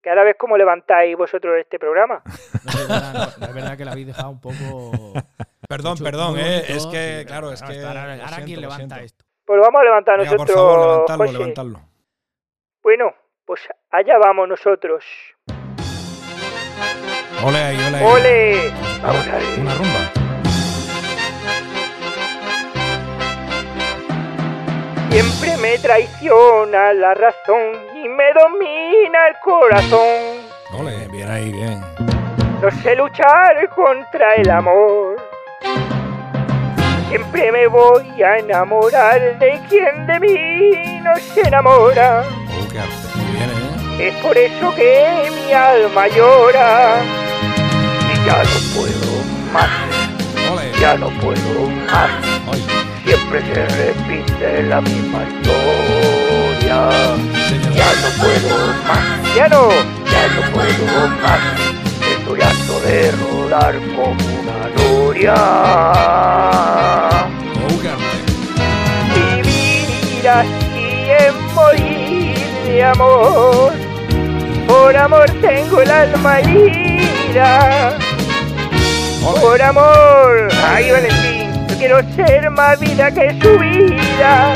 que ahora ves cómo levantáis vosotros este programa.
No, es, verdad, no, es verdad que la habéis dejado un poco.
Perdón,
Mucho-
perdón,
muy
eh,
bonito,
es que,
sí,
claro,
pero
es que.
está- Ahora,
lo
ahora
siento,
quién
lo
levanta
siento.
esto.
Pues lo vamos a levantar
Venga, por
nosotros,
favor, levantarlo,
José.
levantarlo.
Bueno, pues allá vamos nosotros.
Ole ahí, ole ahí.
¡Ole!
Vamos ahí.
Una rumba.
Siempre me traiciona la razón y me domina el corazón.
Ole, bien ahí, bien.
No sé luchar contra el amor. Siempre me voy a enamorar de quien de mí no se enamora.
Oh, qué arte.
Muy bien, eh.
Es por eso que mi alma llora.
Y ya no puedo más,
Ole,
ya no puedo más.
oye,
Siempre se repite la misma historia. Ya no puedo más,
Ya no.
ya no puedo más. Estoy harto de rodar como una noria.
oh, qué arte.
Vivir así es morir de amor. Por amor tengo el alma herida. Por amor, ay Valentín, yo quiero ser más vida que su vida,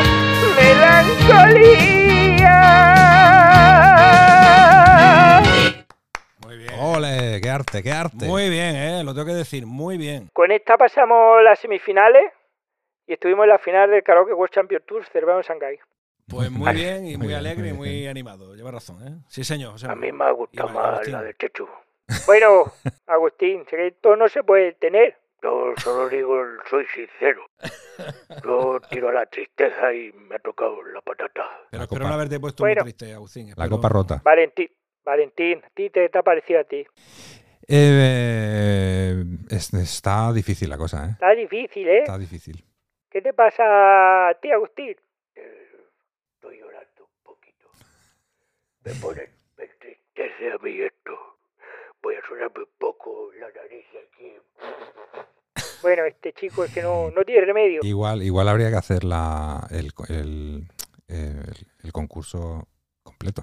melancolía.
Muy bien.
Ole, qué arte, qué arte.
Muy bien, eh, lo tengo que decir, muy bien.
Con esta pasamos las semifinales y estuvimos en la final del Karaoke World Champions Tour celebrado en Shanghái.
Pues muy
Vale.
bien y
Muy
muy
bien,
alegre y
muy bien.
muy animado. Lleva razón, ¿eh? Sí, señor. José
A
Manuel.
mí me ha gustado
Y vale,
más
Agustín.
la de Chechu.
Bueno, Agustín, sé que esto no se puede tener.
Yo solo digo, soy sincero. Yo tiro a la tristeza y me ha tocado la patata.
Pero
La
espero
copa.
no haberte puesto muy
Bueno.
triste, Agustín.
La
espero-
copa rota.
Valentín, Valentín, ¿a ti te, te ha parecido a ti?
Eh, es- está difícil la cosa, ¿eh?
Está difícil, ¿eh?
Está difícil.
¿Qué te pasa a ti, Agustín?
Estoy llorando un poquito. Me pone, me entristece a mí esto. Voy a sonarme un poco la nariz aquí.
Bueno, este chico es que no, no tiene remedio.
Igual, igual habría que hacer la, el, co- el- eh, el- el concurso completo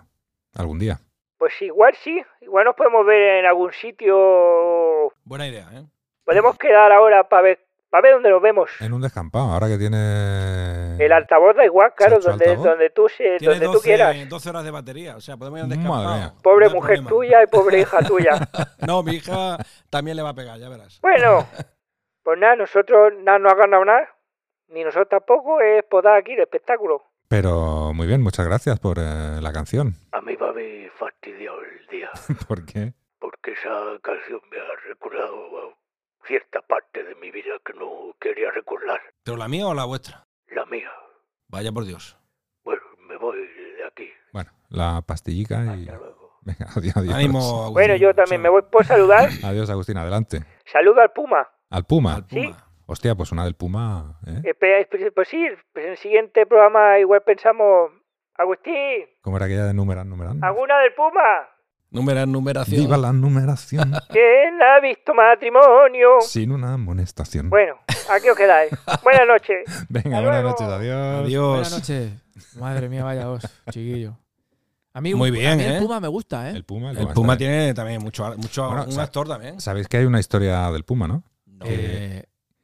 algún día.
Pues igual sí, igual nos podemos ver en algún sitio.
Buena idea, ¿eh?
Podemos quedar ahora para ver Para ver dónde nos vemos.
En un descampado, ahora que tiene.
El altavoz da igual, claro,
¿Se ha hecho
donde,
altavoz?
donde, tú, se-
Tiene
donde tú quieras.
12, 12 horas de batería, o sea, podemos ir a un
Madre
descampado.
mía.
Pobre
No hay
mujer
problema.
tuya y pobre hija tuya.
No, mi hija también le va a pegar, ya verás.
Bueno, pues nada, nosotros nada nos ha ganado nada, ni nosotros tampoco, es podar aquí el espectáculo.
Pero muy bien, muchas gracias por eh, la canción.
A mí me habéis fastidiado el día,
Porque
porque esa canción me ha recordado a cierta parte de mi vida que no quería recordar,
¿Pero la mía o la vuestra?
la mía.
Vaya por Dios.
Bueno, me voy de aquí.
Bueno, la
Ah,
pastillica y.
Hasta luego.
Venga, adiós, adiós.
Ánimo, Agustín.
Bueno, yo también me voy por saludar.
Adiós, Agustín, adelante.
Saludo al Puma.
Al Puma.
Al Puma.
Hostia, pues una del Puma. ¿eh?
Espera, pues- Pues sí, pues en el siguiente programa igual pensamos, Agustín,
¿Cómo era aquella de numerar, numerar?
¿alguna del Puma?
Numera- numeración.
Viva la numeración
¿Quién ha visto matrimonio?
sin una amonestación.
Bueno, aquí os quedáis. Buenas noches.
Venga,
hasta
buenas
luego.
noches, adiós.
Adiós.
Buenas noches. Madre mía, vaya os, chiquillo. A mí,
Muy bien,
a mí el
¿eh?
Puma me gusta, ¿eh?
El Puma, lo
El
va a
Puma
estar, ¿eh?
tiene también mucho, mucho
Bueno,
un
o sea,
actor también.
Sabéis que hay una historia del Puma, ¿no?
Eh,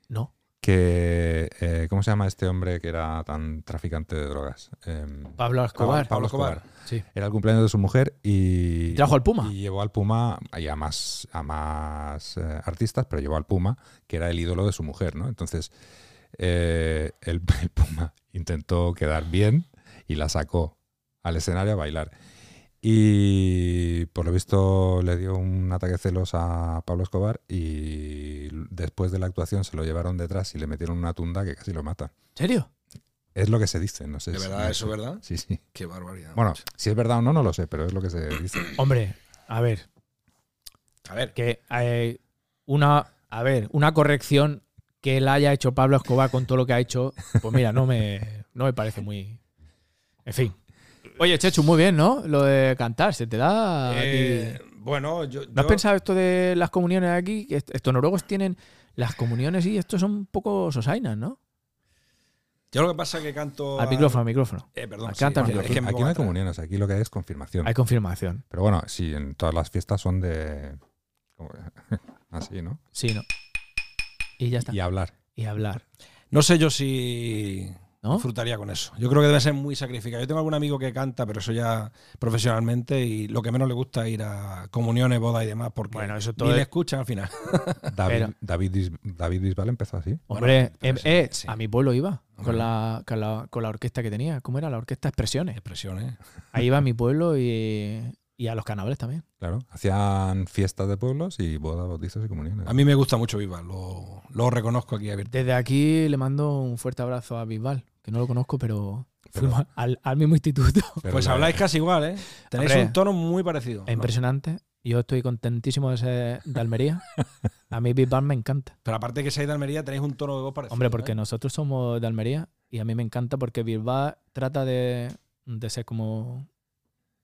no.
Que. eh, ¿Cómo se llama este hombre que era tan traficante de drogas? Em,
Pablo Escobar.
Pablo
Escobar.
Escobar.
Sí.
Era el cumpleaños de su mujer y.
Trajo al Puma.
Y llevó al Puma, y a más, a más eh, artistas, pero llevó al Puma, que era el ídolo de su mujer, ¿no? Entonces, eh, el, el Puma intentó quedar bien y la sacó al escenario a bailar. Y por lo visto le dio un ataque de celos a Pablo Escobar y después de la actuación se lo llevaron detrás y le metieron una tunda que casi lo mata.
¿En serio?
Es lo que se dice, no sé.
De
si-
verdad, eso, ¿verdad?
Sí, sí.
Qué barbaridad.
Bueno,
macho.
si es verdad o no, no lo sé, pero es lo que se dice.
Hombre, a ver,
a ver,
que eh, una, a ver, una corrección que la haya hecho Pablo Escobar con todo lo que ha hecho, pues mira, no me, no me parece muy. En fin. Oye, Chechu, muy bien, ¿no? Lo de cantar, se te da. a ti?
eh, bueno, yo,
Ah, ¿No has
yo-
pensado esto de las comuniones aquí? Que est- Estos noruegos tienen las comuniones y estos son un poco sosainas, ¿no?
yo lo que pasa es que canto.
Al micrófono, al micrófono.
Eh, perdón.
Al canta al
es que
Aquí,
micrófono.
me
aquí
pongo
no hay
atrás.
comuniones, aquí lo que hay es confirmación.
Hay confirmación.
Pero bueno, sí, en todas las fiestas son de. como- Así, ¿no?
Sí, ¿no? Y ya está.
Y hablar.
Y hablar,
No sé yo si
¿no?
disfrutaría con eso. Yo creo que debe ser muy sacrificado. Yo tengo algún amigo que canta, pero eso ya profesionalmente, y lo que menos le gusta es ir a comuniones, bodas y demás, porque
Bueno, eso todo
ni le
es-
escuchan al final.
David,
Pero-
David, Bis- David Bisbal empezó así.
Hombre,
pero
em-
pues sí,
eh,
sí.
a mi pueblo iba
Hombre.
con la, con, la, con la orquesta que tenía. ¿Cómo era? La orquesta Expresiones.
Expresiones.
Ahí iba a mi pueblo y, y a los carnavales también.
Claro. Hacían fiestas de pueblos y bodas, bautizos y comuniones.
A mí me gusta mucho Viva, lo, lo reconozco aquí abierto.
Desde aquí le mando un fuerte abrazo a Bisbal, que no lo conozco, pero fuimos al, al mismo instituto.
Pero
Pues
la-
habláis casi igual, ¿eh? Tenéis
Hombre.
un tono muy parecido.
Es impresionante. Yo estoy contentísimo de ser de Almería. A mí Bisbal me encanta.
Pero aparte que seáis de Almería, tenéis un tono de voz parecido.
Hombre,
¿eh?
porque nosotros somos de Almería y a mí me encanta porque Bilbao trata de, de ser como.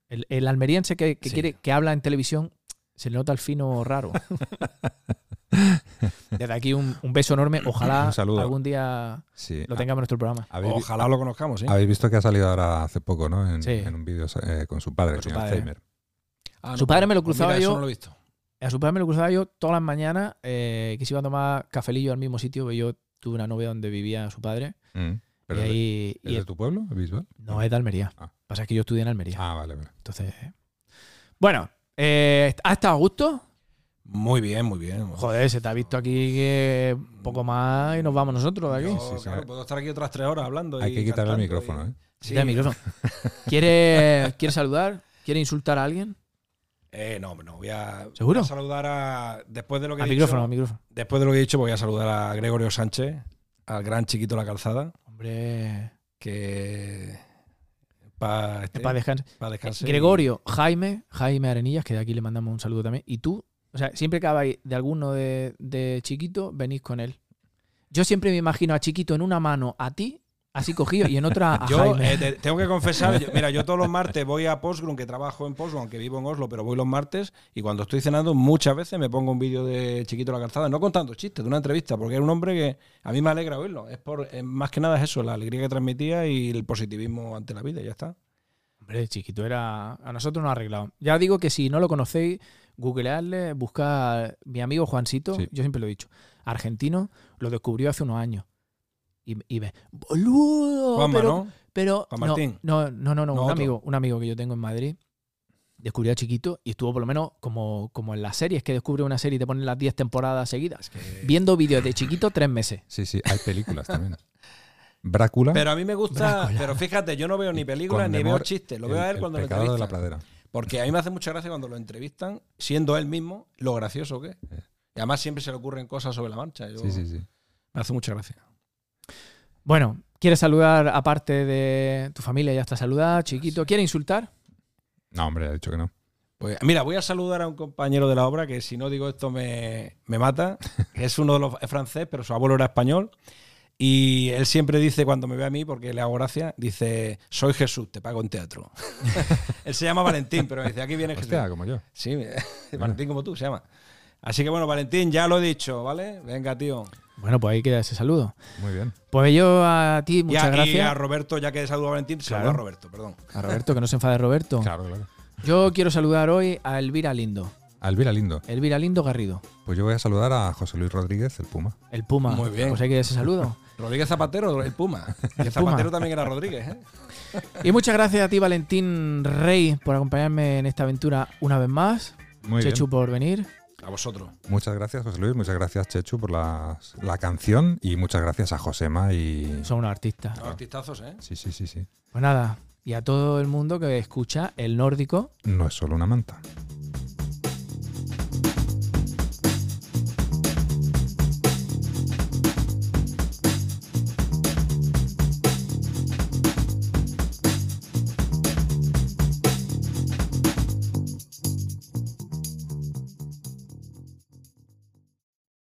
El, el almeriense que, que
Sí.
quiere, que habla en televisión se le nota el fino raro. Desde aquí un, un beso enorme. Ojalá
Un saludo.
algún día
Sí.
Ah.
lo tengamos en nuestro programa.
Habéis, vi-
Ojalá lo conozcamos, ¿eh?
habéis visto que ha salido ahora hace poco, ¿no? En,
Sí.
en un vídeo eh, con su padre,
Con su
el señor
padre.
Alzheimer.
Ah,
Su padre
pues-
me lo
pues
cruzaba
mira, Eso
yo.
no lo he visto.
A su padre me lo cruzaba yo todas las mañanas eh, que se iba a tomar cafelillo al mismo sitio. que Yo tuve una novia donde vivía su padre.
Mm.
y
Pero es de-
ahí.
¿Es
y
de
es-
tu pueblo, Bisbal?
no, es de Almería.
Ah.
Pasa que yo estudié en Almería.
Ah, vale, vale.
Entonces. eh. Bueno, eh, ¿has estado a gusto?
Muy bien, muy bien.
Joder, se te ha visto aquí que poco más y nos vamos nosotros de aquí.
Yo,
Sí, sí,
claro,
sí.
puedo estar aquí otras tres horas hablando.
Hay
y
que quitarle el
cantando
micrófono,
y-
¿eh?
Sí.
Quita el micrófono. ¿Quieres, quieres saludar? ¿Quieres insultar a alguien?
Eh, no, no, voy a,
¿Seguro?
voy a saludar a. Después de lo que
Al
he
micrófono, al
dicho.
micrófono.
Después de lo que he dicho, voy a saludar a Gregorio Sánchez, al gran chiquito de la calzada,
Hombre,
que. este, Para
que paz descanse.
descansar.
Gregorio, Jaime, Jaime Arenillas, que de aquí le mandamos un saludo también. Y tú, o sea, siempre que habláis de alguno de, de chiquito, venís con él. Yo siempre me imagino a chiquito en una mano a ti, así cogido, y en otra a
Yo
Jaime.
eh, te- tengo que confesar, yo- mira, yo todos los martes voy a Postgrom, que trabajo en Postgrom, aunque vivo en Oslo, pero voy los martes y cuando estoy cenando muchas veces me pongo un vídeo de Chiquito la Calzada, no contando chistes, de una entrevista, porque era un hombre que a mí me alegra oírlo. Es por, eh, más que nada es eso, la alegría que transmitía y el positivismo ante la vida, y ya está.
Hombre, chiquito era. A nosotros nos ha arreglado. Ya digo que si no lo conocéis, googlearle, buscar mi amigo Juancito.
Sí.
Yo siempre lo he dicho. argentino, lo descubrió hace unos años. Y, y ve, boludo,
Juanma,
Oh, pero,
¿no?
pero
Juan
no,
Martín.
no, no, no, no,
No,
un
otro.
amigo, un amigo que yo tengo en Madrid descubrió a chiquito y estuvo por lo menos como, como en las series que descubre una serie y te ponen las 10 temporadas seguidas, viendo vídeos de chiquito tres meses.
Sí, sí, hay películas también. Brácula,
Pero a mí me gusta,
Drácula.
pero fíjate, yo no veo ni películas ni veo
Condemor,
chistes, lo
el-
veo a él
el
cuando lo
pecado de la
entrevistan.
pradera.
Porque a mí me hace mucha gracia cuando lo entrevistan, siendo él mismo, lo gracioso que es. Y además siempre se le ocurren cosas sobre la marcha. Yo-
Sí, sí, sí.
Me hace mucha gracia.
Bueno, ¿quieres saludar aparte de tu familia? Ya está saludada, chiquito. ¿Quiere insultar?
No, hombre, ha dicho que no.
Pues mira, voy a saludar a un compañero de la obra que si no digo esto me, me mata. que Es uno de los es francés, pero su abuelo era español. Y él siempre dice cuando me ve a mí, porque le hago gracia, dice, soy Jesús, te pago en teatro. él se llama Valentín, pero me dice, aquí viene Jesús.
Hostia, como yo.
Sí, Valentín como tú se llama. Así que bueno, Valentín, ya lo he dicho, ¿vale? Venga, tío.
Bueno, pues ahí queda ese saludo.
Muy bien.
Pues yo a ti,
Y
muchas
a-
gracias.
Y a Roberto, ya que saludo a Valentín, saludo
Claro.
a Roberto, perdón.
A Roberto, que no se enfade Roberto.
Claro, claro.
Yo quiero saludar hoy a Elvira Lindo.
Alvira Lindo.
Elvira Lindo Garrido,
Pues yo voy a saludar a José Luis Rodríguez, el Puma.
el Puma.
Muy bien.
Pues hay que dar ese saludo.
Rodríguez Zapatero, el Puma. Y el Zapatero también era Rodríguez, ¿eh?
Y muchas gracias a ti, Valentín Rey, por acompañarme en esta aventura una vez más.
Muy
Chechu,
bien.
por venir.
A vosotros.
Muchas gracias, José Luis. Muchas gracias, Chechu, por las- la canción. Y muchas gracias a Josema y.
Son unos artistas.
Los artistazos, ¿eh?
Sí, sí, sí, sí.
Pues nada, y a todo el mundo que escucha el nórdico
No es solo una manta.